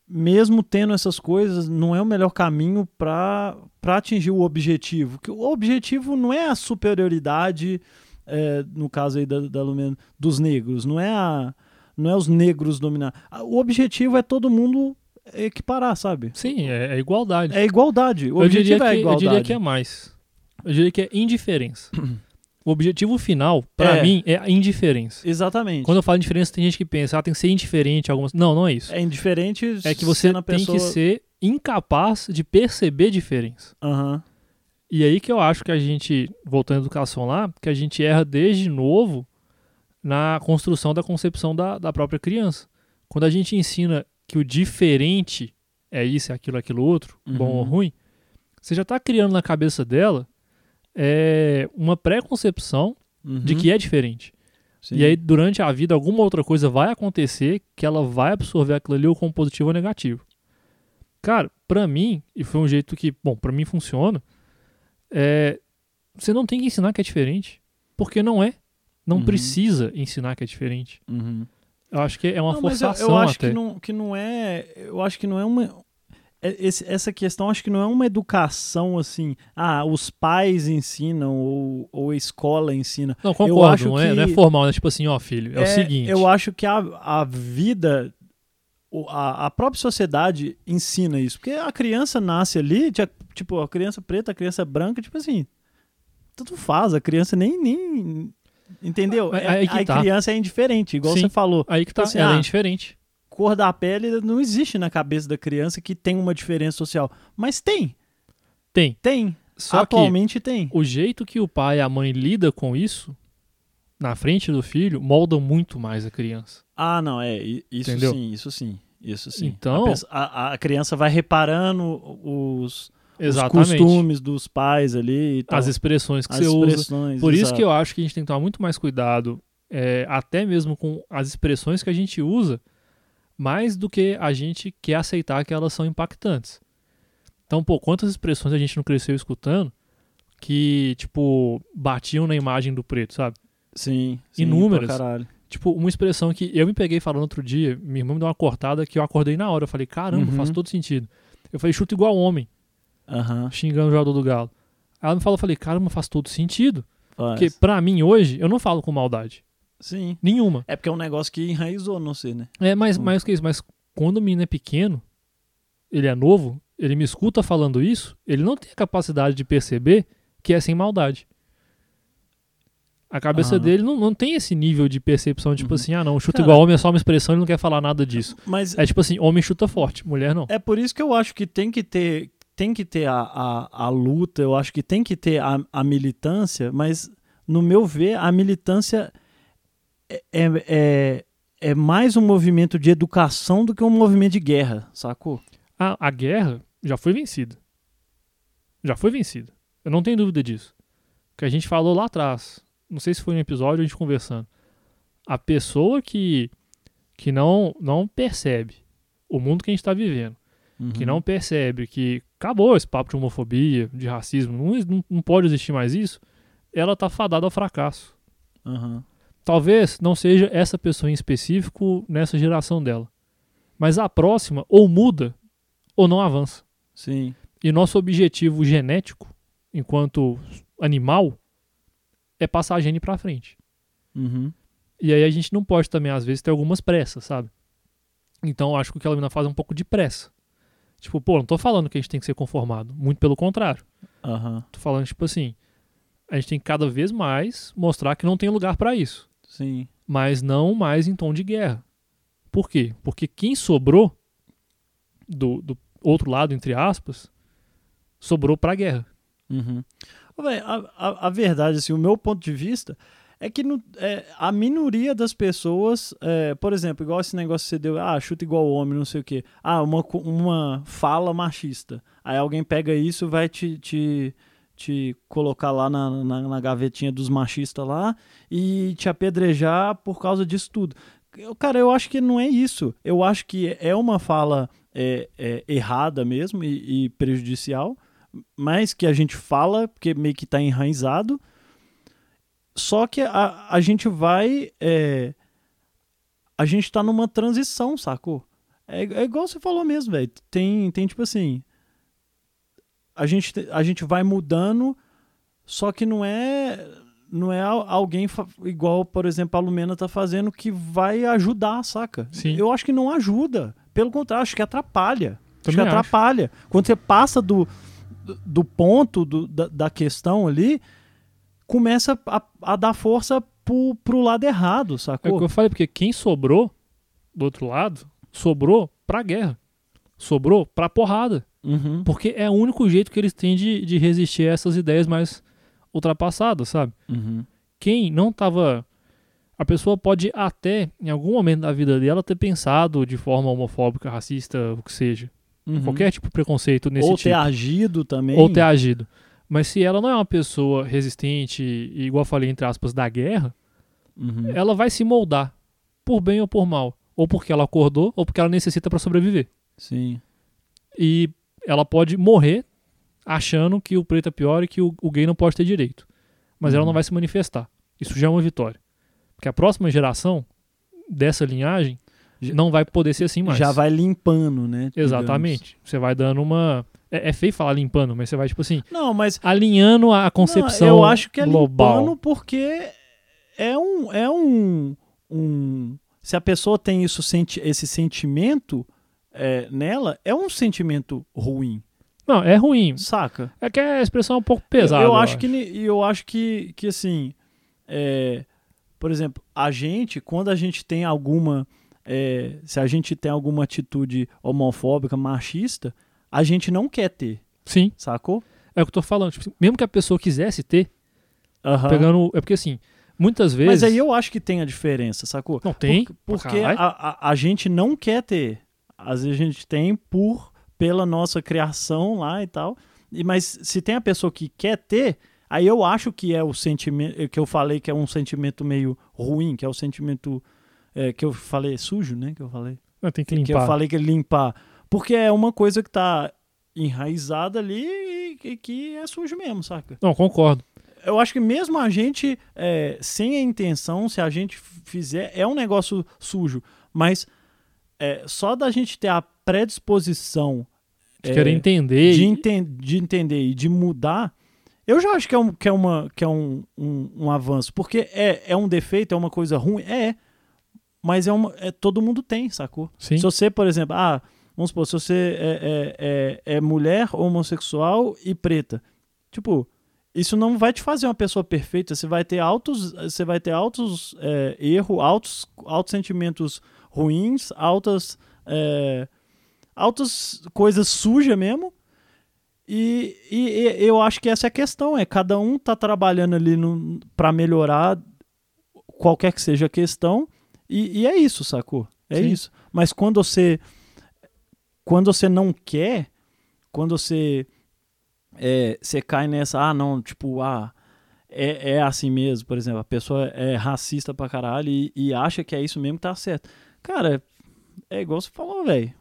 mesmo tendo essas coisas, não é o melhor caminho para atingir o objetivo. Que o objetivo não é a superioridade, é, no caso aí da, da Lumena, dos negros, não é a, não é os negros dominar. Ah, O objetivo é todo mundo equiparar, sabe? Sim, é, é igualdade. É igualdade. O eu, objetivo diria que, é a eu igualdade. diria que é mais. Eu diria que é indiferença. o objetivo final, pra É. mim, é a indiferença. Exatamente. Quando eu falo indiferença, tem gente que pensa, ah, tem que ser indiferente. Algumas... Não, não é isso. É indiferente É, que você sendo a tem pessoa... que ser incapaz de perceber diferença. Aham. E aí que eu acho que a gente, voltando à educação lá, que a gente erra desde novo na construção da concepção da, da própria criança. Quando a gente ensina que o diferente é isso, é aquilo, é aquilo outro, Uhum. bom ou ruim, você já está criando na cabeça dela é, uma pré-concepção Uhum. de que é diferente. Sim. E aí, durante a vida, alguma outra coisa vai acontecer que ela vai absorver aquilo ali, ou como positivo ou negativo. Cara, pra mim, e foi um jeito que, bom, pra mim funciona, é, você não tem que ensinar que é diferente, porque não é. Não Uhum. precisa ensinar que é diferente. Uhum. Eu acho que é uma Não, mas eu- forçação eu, acho até. que não que não é eu acho que não é uma é- esse- essa questão acho que não é uma educação assim ah os pais ensinam ou, ou a escola ensina Não, concordo, acho não, é, não é que- formal, né? Tipo assim, ó, filho, é, o seguinte. eu acho que a, a vida o- a, a própria sociedade ensina isso porque a criança nasce ali tia- tipo a criança preta a criança branca tipo assim tanto faz a criança nem nem entendeu Mas aí que a tá. criança é indiferente igual Sim. você falou Aí que tá, assim, ela ah, é diferente. cor da pele não existe na cabeça da criança que tem uma diferença social. Mas tem, Tem. tem. Só que Atualmente tem. o jeito que o pai e a mãe lida com isso na frente do filho molda muito mais a criança. Ah, não, é. i- Isso Entendeu? sim, isso sim. Isso sim. Então- A, pessoa- a- a criança vai reparando os, os Exatamente. costumes dos pais ali. e tal, as expressões que as você usa. expressões, Por isso exato. que eu acho que a gente tem que tomar muito mais cuidado, é, até mesmo com as expressões que a gente usa, mais do que a gente quer aceitar que elas são impactantes. Então, pô, quantas expressões a gente não cresceu escutando que, tipo, batiam na imagem do preto, sabe? Sim, sim Inúmeras. pra caralho. Tipo, uma expressão que eu me peguei falando outro dia, minha irmã me deu uma cortada que eu acordei na hora. Eu falei, caramba, Uhum. faz todo sentido. Eu falei, chuta igual homem, Aham. xingando o jogador do Galo. Aí Ela me falou, eu falei, caramba, faz todo sentido. faz. Porque pra mim hoje, eu não falo com maldade. Sim. Nenhuma. É porque é um negócio que enraizou, não sei, né? É, mas Hum. mais que isso, mas quando o menino é pequeno, ele é novo, ele me escuta falando isso, ele não tem a capacidade de perceber que é sem maldade. A cabeça Aham. dele não, não tem esse nível de percepção, tipo Uhum. assim, ah não, chuta Cara- igual homem é só uma expressão, ele não quer falar nada disso. Mas É tipo assim, homem chuta forte, mulher não. É por isso que eu acho que tem que ter, tem que ter a, a, a luta, eu acho que tem que ter a, a militância, mas, no meu ver, a militância é, é, é, é mais um movimento de educação do que um movimento de guerra, sacou? A, a guerra já foi vencida. Já foi vencida. Eu não tenho dúvida disso. O que a gente falou lá atrás, não sei se foi um episódio a gente conversando. A pessoa que, que não, não percebe o mundo que a gente está vivendo, Uhum. que não percebe que acabou esse papo de homofobia, de Uhum. racismo, não, ex- não, não pode existir mais isso, ela tá fadada ao fracasso. Talvez não seja essa pessoa em específico nessa geração dela. Mas a próxima ou muda ou não avança. Sim. E nosso objetivo genético, enquanto animal, é passar a gene pra frente. Uhum. E aí a gente não pode também, às vezes, ter algumas pressas, sabe? Então eu acho que o que ela mina faz é um pouco de pressa. Tipo, pô, não tô falando que a gente tem que ser conformado. Muito pelo contrário. Aham. Tô falando, tipo assim, a gente tem que cada vez mais mostrar que não tem lugar pra isso. Sim. Mas não mais em tom de guerra. Por quê? Porque quem sobrou do, do outro lado, entre aspas, sobrou pra guerra. É Uhum. Ô, véi, a, a, a verdade, assim, o meu ponto de vista é que no, é, a minoria das pessoas, é, por exemplo, igual esse negócio que você deu, ah, chuta igual homem, não sei o quê. Ah, uma, co- uma fala machista. Aí alguém pega isso, vai te, te, te colocar lá na, na, na gavetinha dos machistas lá e te apedrejar por causa disso tudo. Eu, cara, eu acho que não é isso. Eu acho que é uma fala é, é, errada mesmo e- e prejudicial mas que a gente fala, porque meio que tá enraizado. Só que a, a gente vai. é, a gente tá numa transição, sacou? É, é igual você falou mesmo, velho. Tem, tem tipo assim. A gente, te- a gente vai mudando, só que não é. Não é al- alguém fa- igual, por exemplo, a Lumena tá fazendo que vai ajudar, saca? Sim. Eu acho que não ajuda. Pelo contrário, acho que atrapalha. Acho que Também acho. atrapalha. Quando você passa do, do- do ponto do- da, da questão ali, começa a, a dar força pro, pro lado errado, É o sacou? que eu falei, porque quem sobrou do outro lado, sobrou pra guerra. Sobrou pra porrada. Uhum, Porque é o único jeito que eles têm de, de resistir a essas ideias mais ultrapassadas, sabe? uhum, Quem não tava. A pessoa pode até, em algum momento da vida dela, ter pensado de forma homofóbica, racista, o que seja. uhum. Qualquer tipo de preconceito nesse Ou ter tipo. agido também. Ou ter agido. Mas se ela não é uma pessoa resistente, e, igual eu falei, entre aspas, da guerra, Uhum, ela vai se moldar, por bem ou por mal, ou porque ela acordou, ou porque ela necessita pra sobreviver. Sim. E ela pode morrer achando que o preto é pior e que o, o gay não pode ter direito. Mas ela Uhum. não vai se manifestar. Isso já é uma vitória. Porque a próxima geração dessa linhagem Já- não vai poder ser assim mais. Já vai limpando, né? digamos. Exatamente. Você vai dando uma. É, é feio falar limpando, mas você vai, tipo assim, Não, mas alinhando a concepção Não, eu acho que é global. limpando porque é um é um, um se a pessoa tem isso senti esse sentimento é, nela é um sentimento ruim Não, é ruim. saca É que a expressão é um pouco pesada. eu, acho que ni- e eu acho que que assim é, por exemplo a gente quando a gente tem alguma é, se a gente tem alguma atitude homofóbica machista a gente não quer ter Sim, sacou é o que eu tô falando. Tipo, assim, mesmo que a pessoa quisesse ter, Aham. pegando. É porque assim, muitas vezes. mas aí eu acho que tem a diferença sacou Não tem. Por- pra Porque a, caralho. a, a gente não quer ter. Às vezes a gente tem por pela nossa criação lá e tal. E, mas se tem a pessoa que quer ter, aí eu acho que é o sentimento que eu falei que é um sentimento meio ruim, que é o sentimento é, que eu falei sujo, né? Que eu falei. Não, tem que Que eu limpar. falei que é limpar. Porque é uma coisa que tá enraizada ali e que- que é sujo mesmo, saca? Não, concordo. eu acho que mesmo a gente, é, sem a intenção, se a gente f- fizer, é um negócio sujo. Mas é, só da gente ter a predisposição De é, querer entender. de, e- enten- de entender e de mudar, eu já acho que é um, que é uma, que é um, um, um avanço. Porque é, é um defeito, é uma coisa ruim? É. Mas é uma, é, todo mundo tem, sacou? Sim. Se você, por exemplo, ah, vamos supor, se você é, é, é, é mulher, homossexual e preta, tipo, isso não vai te fazer uma pessoa perfeita. Você vai ter altos, você vai ter altos é, erros, altos, altos sentimentos ruins, altas, é, altas coisas sujas mesmo. E, e, e eu acho que essa é a questão, é cada um tá trabalhando ali no, pra melhorar qualquer que seja a questão, e, e é isso, sacou? É Sim. isso. Mas quando você quando você não quer, quando você é, você cai nessa, ah, não, tipo, ah, é, é assim mesmo, por exemplo, a pessoa é racista pra caralho e, e acha que é isso mesmo que tá certo. Cara, é igual você falou, velho.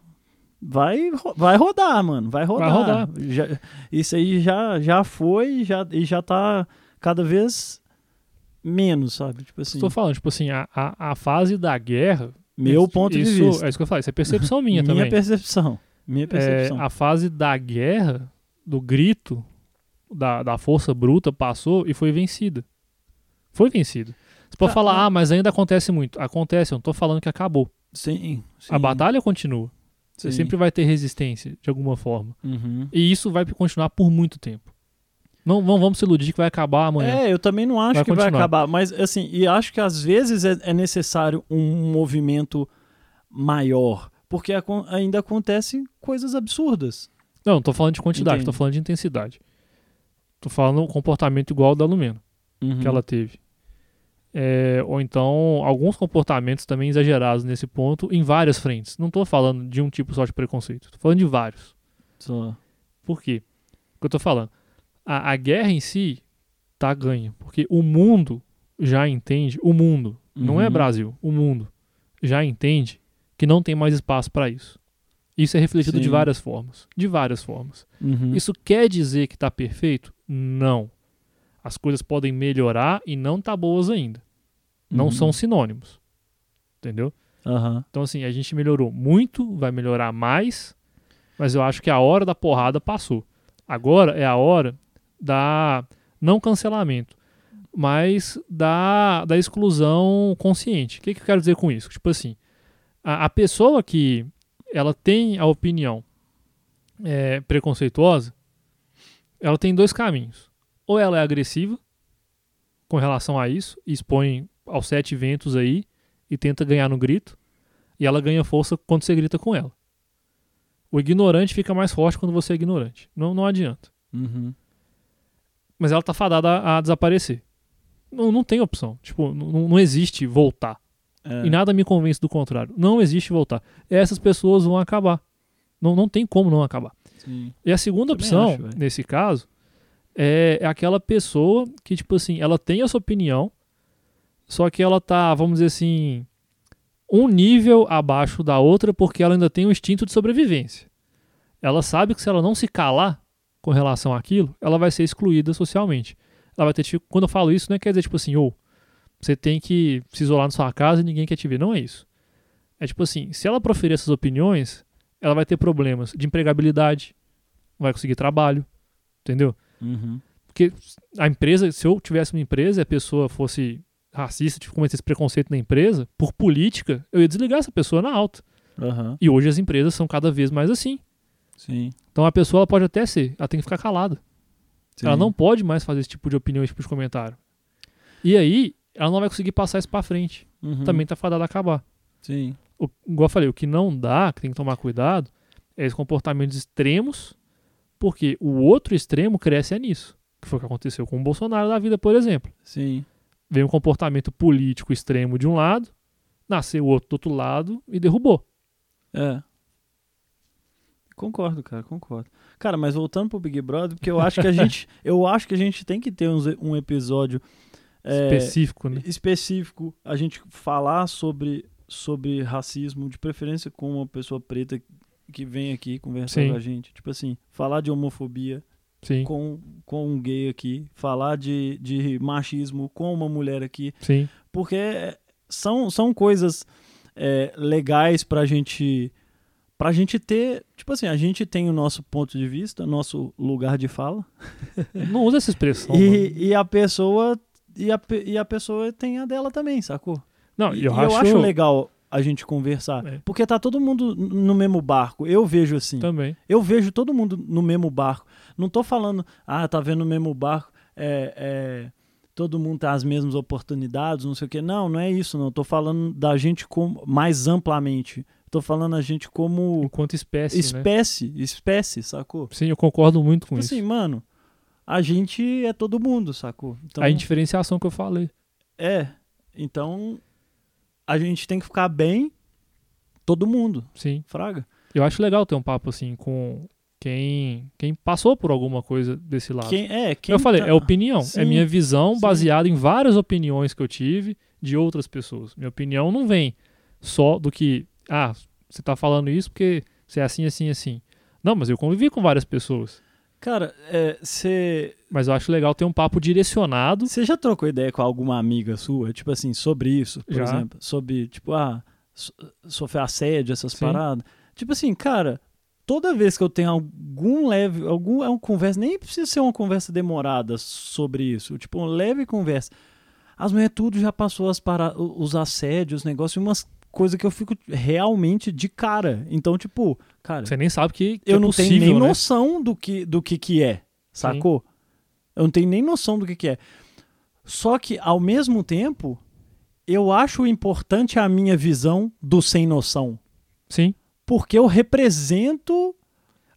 Vai, ro- vai rodar, mano. Vai rodar. rodar. Já- isso aí já, já foi já, e já tá cada vez menos, sabe? Tipo assim, Estou falando, tipo assim, a, a, a fase da guerra. meu isso- ponto isso- de vista. É isso que eu falei, isso é percepção minha, também. percepção. Minha percepção. É, a fase da guerra, do grito, da, da força bruta passou e foi vencida. Foi vencida. Você pode Tá, falar, mas- ah, mas ainda acontece muito. Acontece, eu não tô falando que acabou. Sim, sim. A batalha continua. Você sim. sempre vai ter resistência, de alguma forma. Uhum. E isso vai continuar por muito tempo. Não, não vamos se iludir que vai acabar amanhã. É, eu também não acho né? Vai que vai continuar. acabar, mas assim, e acho que às vezes é, é necessário um movimento maior, porque acon- ainda acontecem coisas absurdas. Não, não tô falando de quantidade, Entendi. tô falando de intensidade. Tô falando um comportamento igual ao da Lumena. Uhum. que ela teve. É, ou então, alguns comportamentos também exagerados nesse ponto em várias frentes. Não tô falando de um tipo só de preconceito, tô falando de vários. Só. Por quê? O que eu tô falando? A, a guerra em si tá ganha, porque o mundo já entende, o mundo, não é Uhum. Brasil, o mundo já entende que não tem mais espaço para isso. Isso é refletido de Sim. várias formas, de várias formas. Uhum. Isso quer dizer que tá perfeito? Não. As coisas podem melhorar e não tá boas ainda. Não Uhum. são sinônimos. Entendeu? Aham. Então, assim, a gente melhorou muito, vai melhorar mais, mas eu acho que a hora da porrada passou. Agora é a hora da. não cancelamento, mas da, da exclusão consciente. O que, que eu quero dizer com isso? Tipo assim, a, a pessoa que ela tem a opinião é, preconceituosa, ela tem dois caminhos. Ou ela é agressiva com relação a isso, e expõe aos sete ventos aí e tenta ganhar no grito. E ela ganha força quando você grita com ela. O ignorante fica mais forte quando você é ignorante. Não, não adianta. Uhum. Mas ela tá fadada a, a desaparecer. Não, não tem opção. Tipo, não, não existe voltar. É. E nada me convence do contrário. Não existe voltar. Essas pessoas vão acabar. Não, não tem como não acabar. Sim. E a segunda Também opção, acho, velho. nesse caso, é é aquela pessoa que, tipo assim, ela tem a sua opinião, só que ela tá, vamos dizer assim, um nível abaixo da outra porque ela ainda tem um instinto de sobrevivência. Ela sabe que se ela não se calar com relação àquilo, ela vai ser excluída socialmente. Ela vai ter, tipo, quando eu falo isso, não é quer dizer, tipo assim, ou você tem que se isolar na sua casa e ninguém quer te ver. Não é isso. É tipo assim, se ela proferir essas opiniões, ela vai ter problemas de empregabilidade, não vai conseguir trabalho, entendeu? Uhum. A empresa, se eu tivesse uma empresa e a pessoa fosse racista, tipo, cometesse esse preconceito na empresa, por política, eu ia desligar essa pessoa na alta. Aham. E hoje as empresas são cada vez mais assim. Sim. Então a pessoa ela pode até ser, ela tem que ficar calada. Sim. Ela não pode mais fazer esse tipo de opinião, esse tipo de comentário. E aí, ela não vai conseguir passar isso pra frente. Uhum. Também tá fadada a acabar. Sim. O, igual eu falei, o que não dá, que tem que tomar cuidado, é esses comportamentos extremos, porque o outro extremo cresce é nisso. Que foi o que aconteceu com o Bolsonaro da vida, por exemplo. Sim. Veio um comportamento político extremo de um lado, nasceu o outro do outro lado e derrubou. É. Concordo, cara, concordo. Cara, mas voltando pro Big Brother, porque eu acho que a gente, eu acho que a gente tem que ter uns- um episódio é, Específico, né? específico, a gente falar sobre sobre racismo, de preferência com uma pessoa preta que vem aqui conversar Sim. com a gente, tipo assim, falar de homofobia Sim, com, com um gay aqui, falar de, de machismo com uma mulher aqui, sim. porque é, são, são coisas é, legais pra gente pra gente ter, tipo assim, a gente tem o nosso ponto de vista, nosso lugar de fala, Não usa essa expressão. mano. e, e a pessoa e a, pe- e a pessoa tem a dela também, sacou? Não, e eu, acho, legal a gente conversar, É. Então porque tá todo mundo n- no mesmo barco. Eu vejo assim. também. Eu vejo todo mundo no mesmo barco. Não tô falando, ah, tá vendo o mesmo barco, é, é, todo mundo tem as mesmas oportunidades, não sei o quê. Não, não é isso, não. Tô falando da gente como, mais amplamente. Tô falando a gente como Enquanto espécie, né? espécie, espécie, sacou? Sim, eu concordo muito com Tipo isso. assim, mano, a gente é todo mundo, sacou? Então, A indiferenciação que eu falei. É, então a gente tem que ficar bem todo mundo, Sim. fraga. Eu acho legal ter um papo assim com quem quem passou por alguma coisa desse lado. Quem é, quem eu falei, tá- é opinião, é Sim, minha visão sim. baseada em várias opiniões que eu tive de outras pessoas. Minha opinião não vem só do que, ah, você tá falando isso porque você é assim, assim, assim. Não, mas eu convivi com várias pessoas. Cara, você Mas eu acho legal ter um papo direcionado. Você já trocou ideia com alguma amiga sua, tipo assim, sobre isso, por Já. exemplo? Sobre, tipo, ah, so- sofrer assédio, essas Sim. paradas. Tipo assim, cara, toda vez que eu tenho algum leve, algum, é uma conversa, nem precisa ser uma conversa demorada sobre isso, tipo, uma leve conversa. As mulheres tudo já passou as para, os assédios, os negócios, e umas coisas que eu fico realmente de cara. Então, tipo, cara, Você nem sabe que, que eu é não possível, tenho nem né? noção do que, do que que é, sacou? Eu não tenho nem noção do que que é. Só que, ao mesmo tempo, eu acho importante a minha visão do sem noção. Sim. Porque eu represento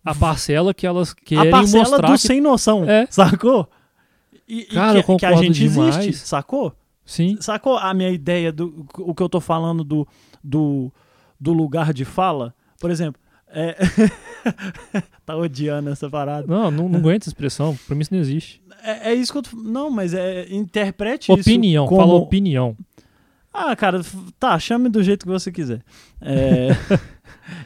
A parcela que elas querem a parcela mostrar. do que- sem noção, É. sacou? E, e Cara, eu que, que a concordo gente existe, demais. sacou? Sim. Sacou a minha ideia do o que eu tô falando do, do, do lugar de fala? Por exemplo, é... tá odiando essa parada. Não, não, não aguento essa expressão. Pra mim isso não existe. É, é isso que eu tô... Não, mas é, interprete isso opinião. como... Fala opinião. Ah, cara, f- tá, chame do jeito que você quiser. É,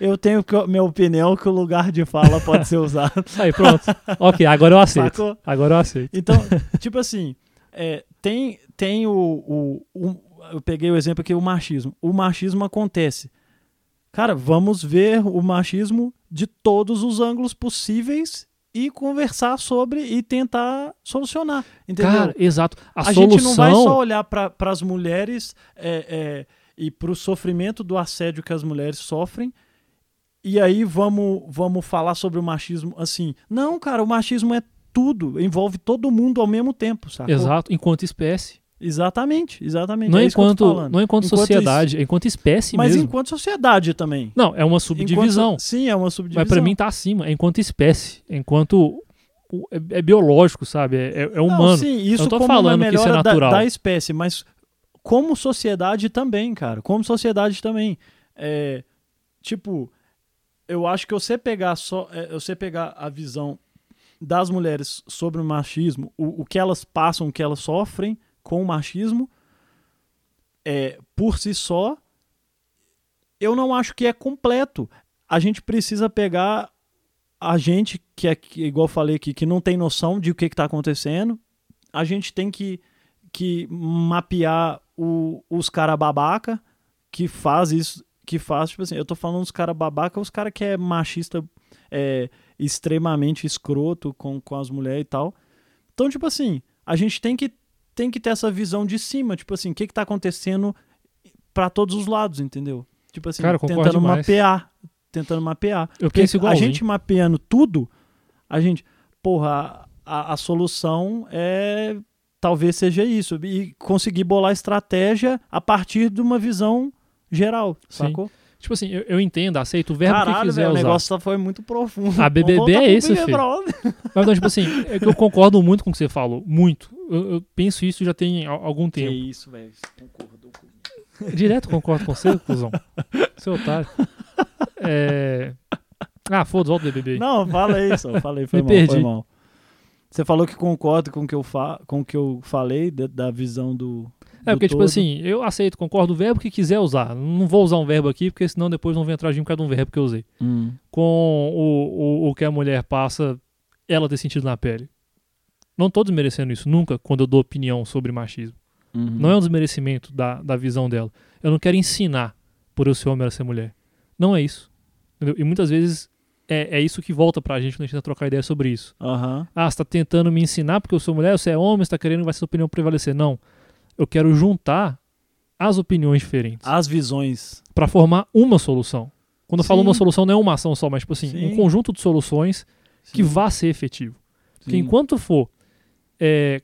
eu tenho que- minha opinião que o lugar de fala pode ser usado, Aí, pronto. ok, agora eu aceito. sacou? Agora eu aceito. Então, tipo assim, é, tem, tem o, o- o- Eu peguei o exemplo aqui, o machismo. O machismo acontece. Cara, vamos ver o machismo de todos os ângulos possíveis e conversar sobre e tentar solucionar. Entendeu? Cara, exato. A, a solução. gente não vai só olhar para as mulheres é, é, e para o sofrimento do assédio que as mulheres sofrem e aí vamos, vamos falar sobre o machismo assim. Não, cara, o machismo é tudo, envolve todo mundo ao mesmo tempo, sabe? Exato, enquanto espécie. Exatamente, exatamente. Não, é isso que eu tô enquanto, falando. não enquanto, Enquanto sociedade, é enquanto espécie Mas mesmo. enquanto sociedade também. Não, é uma subdivisão. Enquanto- sim, é uma subdivisão. Mas pra mim tá acima, é enquanto espécie, é enquanto o- é, é biológico, sabe? É, é- é Não, humano. sim, isso Eu tô como falando uma que isso é melhora da- natural. Da, espécie, mas como sociedade também, cara. Como sociedade também. É, tipo, eu acho que você pegar só, é, você pegar a visão das mulheres sobre o machismo, o, o que elas passam, o que elas sofrem com o machismo, é, por si só, eu não acho que é completo. A gente precisa pegar a gente que é que, igual eu falei aqui, que não tem noção de o que está acontecendo, a gente tem que, que mapear o- os cara babaca que faz isso, que faz, tipo assim, eu tô falando dos cara babaca, os cara que é machista é, extremamente escroto com, com as mulheres e tal. Então, tipo assim, a gente tem que, tem que ter essa visão de cima, tipo assim, o que que tá acontecendo para todos os lados, entendeu? Tipo assim, Cara, eu concordo tentando demais. mapear, tentando mapear. Eu Porque penso igual a gente mapeando tudo, a gente, porra, a, a solução é talvez seja isso e conseguir bolar estratégia a partir de uma visão geral, Sim. sacou? Tipo assim, eu, eu entendo, aceito o verbo que Caralho, quiser velho, o usar. negócio tá só foi muito profundo. A Vamos BBB voltar é pro isso, Big filho. Brother. Mas então, tipo assim, é que eu concordo muito com o que você falou, muito. Eu, eu penso isso já tem al- algum Que tempo. isso, velho. Concordo. É Direto concordo com você, cuzão. Seu otário. É... Ah, foda-se, volta do BBB. aí. Não, fala aí, só. Falei, foi Me mal, foi perdi. mal. Você falou que concorda com o que eu, fa com o que eu falei da, da visão do. É, do porque, tipo todo. assim, eu aceito, concordo o verbo que quiser usar. Não vou usar um verbo aqui, porque senão depois não vem atrás de mim por causa de um verbo que eu usei. Hum. Com o, o, o que a mulher passa, ela ter sentido na pele. Não tô desmerecendo isso nunca quando eu dou opinião sobre machismo. Uhum. Não é um desmerecimento da, da visão dela. Eu não quero ensinar por eu ser homem ou ser mulher. Não é isso. Entendeu? E muitas vezes é, é isso que volta pra gente quando a gente tenta trocar ideia sobre isso. Aham. Ah, você tá tentando me ensinar porque eu sou mulher, você é homem, você tá querendo que vai sua opinião prevalecer. Não. Eu quero juntar as opiniões diferentes Pra As visões. formar uma solução. Quando eu falo Sim. uma solução, não é uma ação só, mas tipo assim, Sim. um conjunto de soluções que Sim, vá ser efetivo. Porque sim. enquanto for é,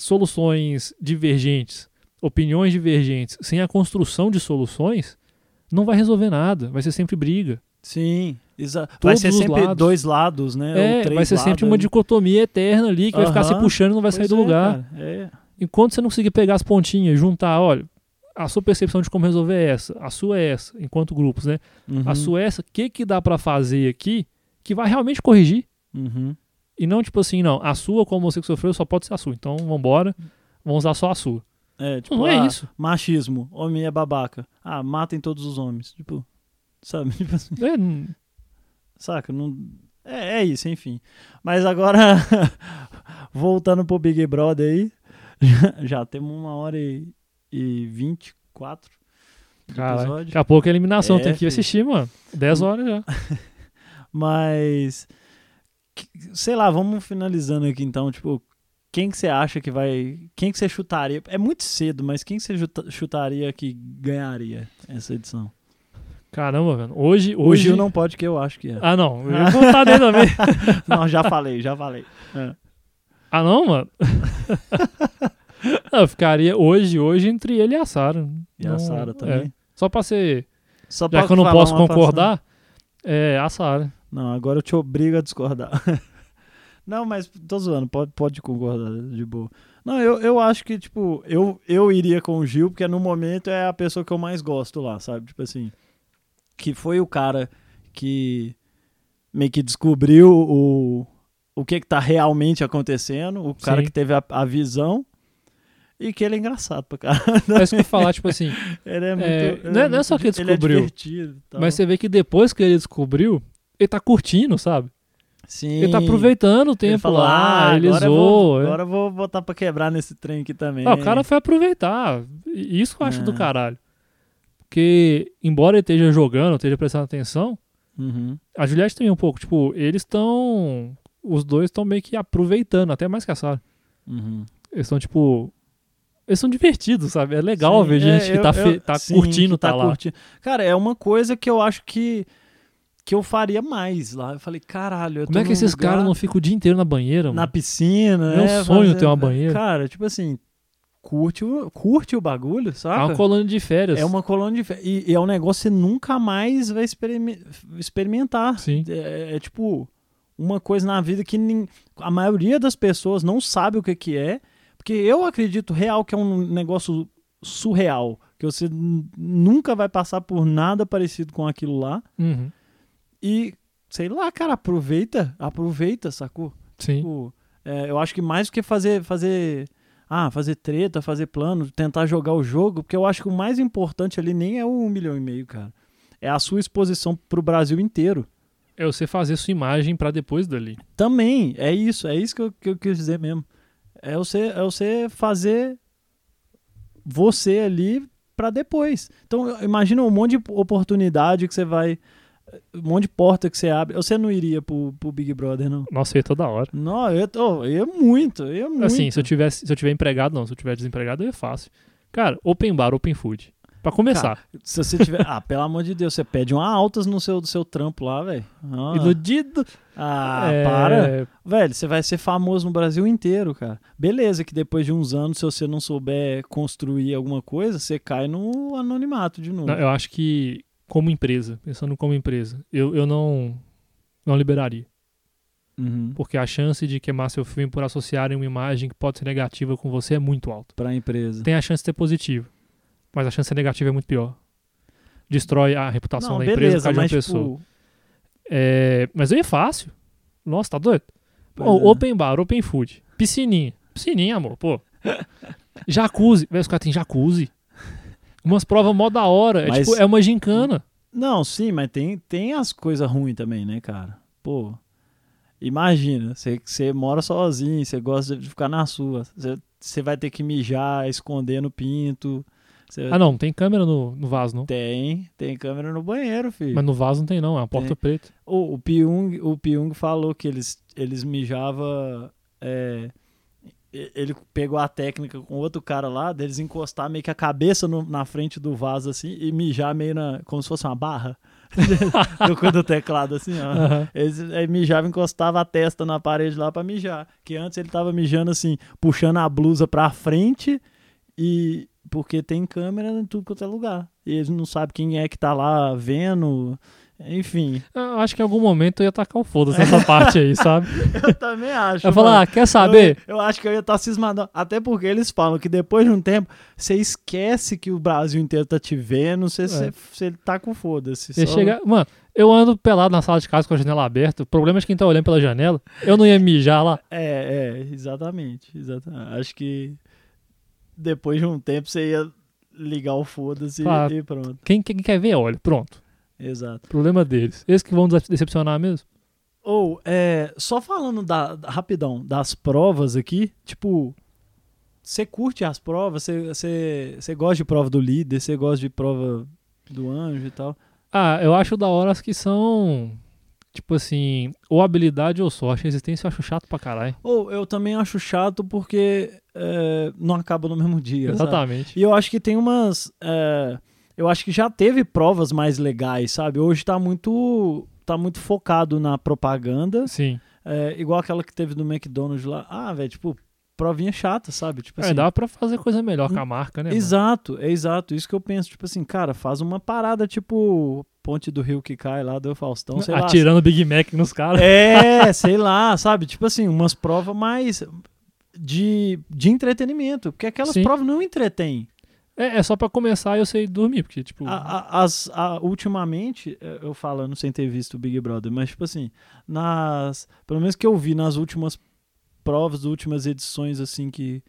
soluções divergentes, opiniões divergentes, sem a construção de soluções, não vai resolver nada. Vai ser sempre briga. Sim, exa- vai Todos ser os sempre lados. dois lados, né? Ou É, três vai ser lados, sempre uma né? dicotomia eterna ali que vai ficar se Aham. puxando e não vai Pois sair do é, lugar. cara, é. Enquanto você não conseguir pegar as pontinhas, juntar, olha, a sua percepção de como resolver é essa, a sua é essa, enquanto grupos, né? A Uhum, sua é essa, o que que dá pra fazer aqui que vai realmente corrigir? uhum. E não tipo assim, não, a sua, como você que sofreu, só pode ser a sua. Então, vambora, vamos usar só a sua. É, tipo, não é ah, isso. Machismo, homem é babaca. Ah, hum, matem todos os homens. Tipo, sabe? Tipo assim, É, n- saca? Não, É, é isso, enfim. Mas agora, voltando pro Big Brother aí, já, já temos uma hora e, e 24 de Cara, episódio. daqui a pouco é eliminação, É, tem que filho. Hum. assistir, mano. 10 horas já. Mas, que- sei lá, vamos finalizando aqui então, tipo, quem que você acha que vai, quem que você chutaria? É muito cedo, mas quem que você juta- chutaria que ganharia essa edição?kun é Tá "Ah, é. Uhum, uhum. é, tá é, tipo assim, É um É, tipo é, um Tipo, é, ah, é um é Então, um ah, ah. tipo assim, tá é." Ah, um tipo, tipo, É tá é É Uhum. É Assim, é, Uhum. tipo, é. né, Hum. é, assim, assim, assim, é tá tá um tá um. É, um Ou, é- é é É, tá É, tipo, Ah, É "Ah, é tá é, só falando da, rapidão, das provas aqui, tipo, você curte as provas, você- você você gosta de prova do líder, você gosta de prova do anjo e tal. Ah, eu acho da hora as que são, tipo assim, ou habilidade ou sorte. Resistência eu acho chato pra caralho. Ou eu também acho chato porque é, não acaba no mesmo dia. sabe? Exatamente. E eu acho que tem umas. é, eu acho que já teve provas mais legais, sabe? Hoje tá muito. Tá muito focado na propaganda. Sim. é, igual aquela que teve do McDonald's lá. Ah, velho, tipo, provinha chata, sabe? Tipo É, assim. dá pra fazer coisa melhor com a marca, né? mano? exato, é exato. Isso que eu penso, tipo assim, cara, faz uma parada, tipo, Ponte do Rio que cai lá do Faustão, sei lá. assim Atirando Big Mac nos caras. É, sei lá, sabe? Tipo assim, umas provas mais de, de entretenimento. Porque aquelas Sim. provas não entretêm. É, é só pra começar e eu sei dormir, porque, tipo. A- a- as, a- ultimamente, eh, eu falando sem ter visto o Big Brother, mas tipo assim, nas. Pelo menos que eu vi nas últimas provas, últimas edições, assim, que.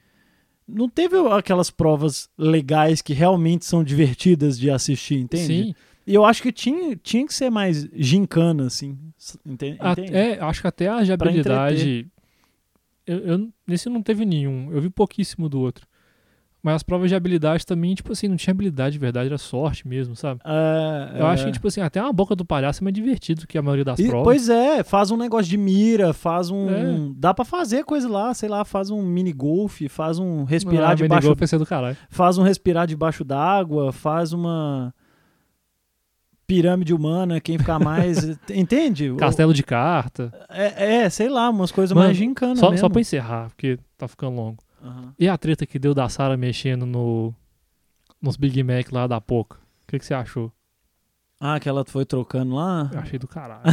Não teve aquelas provas legais que realmente são divertidas de assistir, entende? Sim. E eu acho que tinha, tinha que ser mais gincana, assim. s- ente- A- Entende? é, acho que até a jogabilidade. Eu, eu- nesse não teve nenhum. Eu vi pouquíssimo do outro. Mas as provas de habilidade também, tipo assim, não tinha habilidade de verdade, era sorte mesmo, sabe? É, Eu acho é. que, tipo assim, até uma boca do palhaço é mais divertido que a maioria das E- provas. Ah, pois é, faz um negócio de mira, faz um. É. Dá pra fazer coisa lá, sei lá, faz um mini golf, faz um respirar Ah, Benigol debaixo vai ser do caralho. faz um respirar debaixo d'água, faz uma pirâmide humana, quem ficar mais. entende? Castelo de carta. É, é, sei lá, umas coisas Mano, mais gincanas. Só, É, mesmo. só pra encerrar, porque tá ficando longo. Aham. E a treta que deu da Sara mexendo no, nos Big Mac lá da Poca? O que, que você achou? Ah, que ela foi trocando lá. Eu achei do caralho.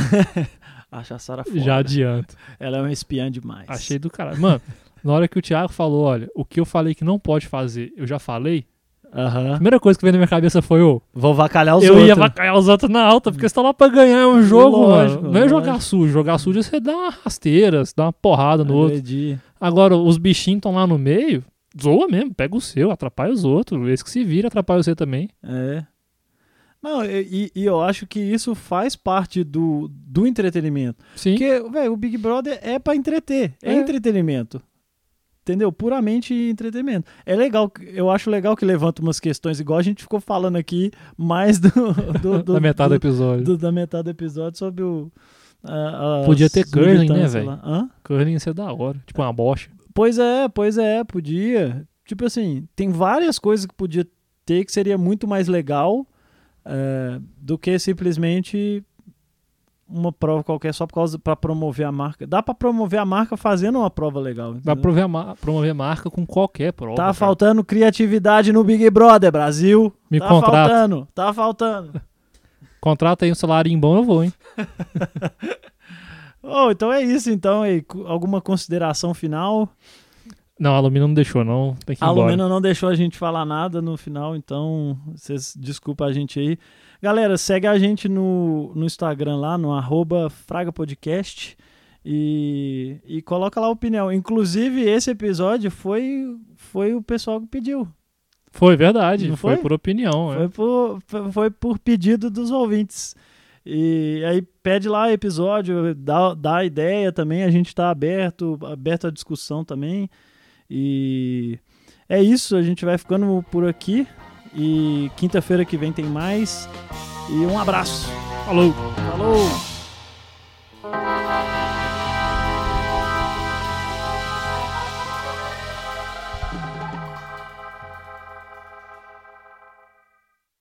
Acha a Sarah foda. Já adianto. Ela é uma espiã demais. Achei do caralho. Mano, na hora que o Thiago falou, olha, o que eu falei que não pode fazer, eu já falei. A Aham. primeira coisa que veio na minha cabeça foi, ô, Vou vacalhar os eu Ah. outros. ia vacaiar os outros na alta, porque você tá lá pra ganhar um jogo, Lógico, mano. Não é jogar lógico. sujo. Jogar sujo é você dá uma rasteira, você dá uma porrada no outro. Agredi. Agora, os bichinhos estão lá no meio, zoa mesmo, pega o seu, atrapalha os outros. Esse que se vira, atrapalha você também. É. Não, e, e- e eu acho que isso faz parte do, do entretenimento. Sim. Porque, velho, o Big Brother é pra entreter, é, É. entretenimento. Entendeu? Puramente entretenimento. É legal, que- eu acho legal que levanta umas questões, igual a gente ficou falando aqui, mais do, do- do- da metade do do- episódio. do- da metade do episódio sobre o. a- as Podia ter curling, né, militâncias velho? lá. Hã? Curling ia ser da hora. Tipo uma bocha. Pois é, pois é, podia. Tipo assim, tem várias coisas que podia ter que seria muito mais legal é, do que simplesmente uma prova qualquer só por causa para promover a marca. Dá pra promover a marca fazendo uma prova legal. Vai entendeu? promover, a ma- promover marca com qualquer prova. Tá cara. faltando criatividade no Big Brother Brasil. Me tá contrata. faltando, tá faltando. Contrata aí um salário bom, eu vou, hein? Oh, então é isso então, e cu- alguma consideração final? Não, a Alumina não deixou, não. Tem que ir A embora. Lumena não deixou a gente falar nada no final, então vocês desculpa a gente aí. Galera, segue a gente no, no Instagram lá, no arroba Fraga Podcast e, e coloca lá a opinião. Inclusive, esse episódio foi, foi o pessoal que pediu. Foi verdade. Não foi? foi? por opinião. é. Foi por, foi por pedido dos ouvintes. E aí pede lá episódio, dá, dá ideia também, a gente tá aberto, aberto à discussão também. E é isso, a gente vai ficando por aqui. E quinta-feira que vem tem mais. E um abraço. Falou. Falou!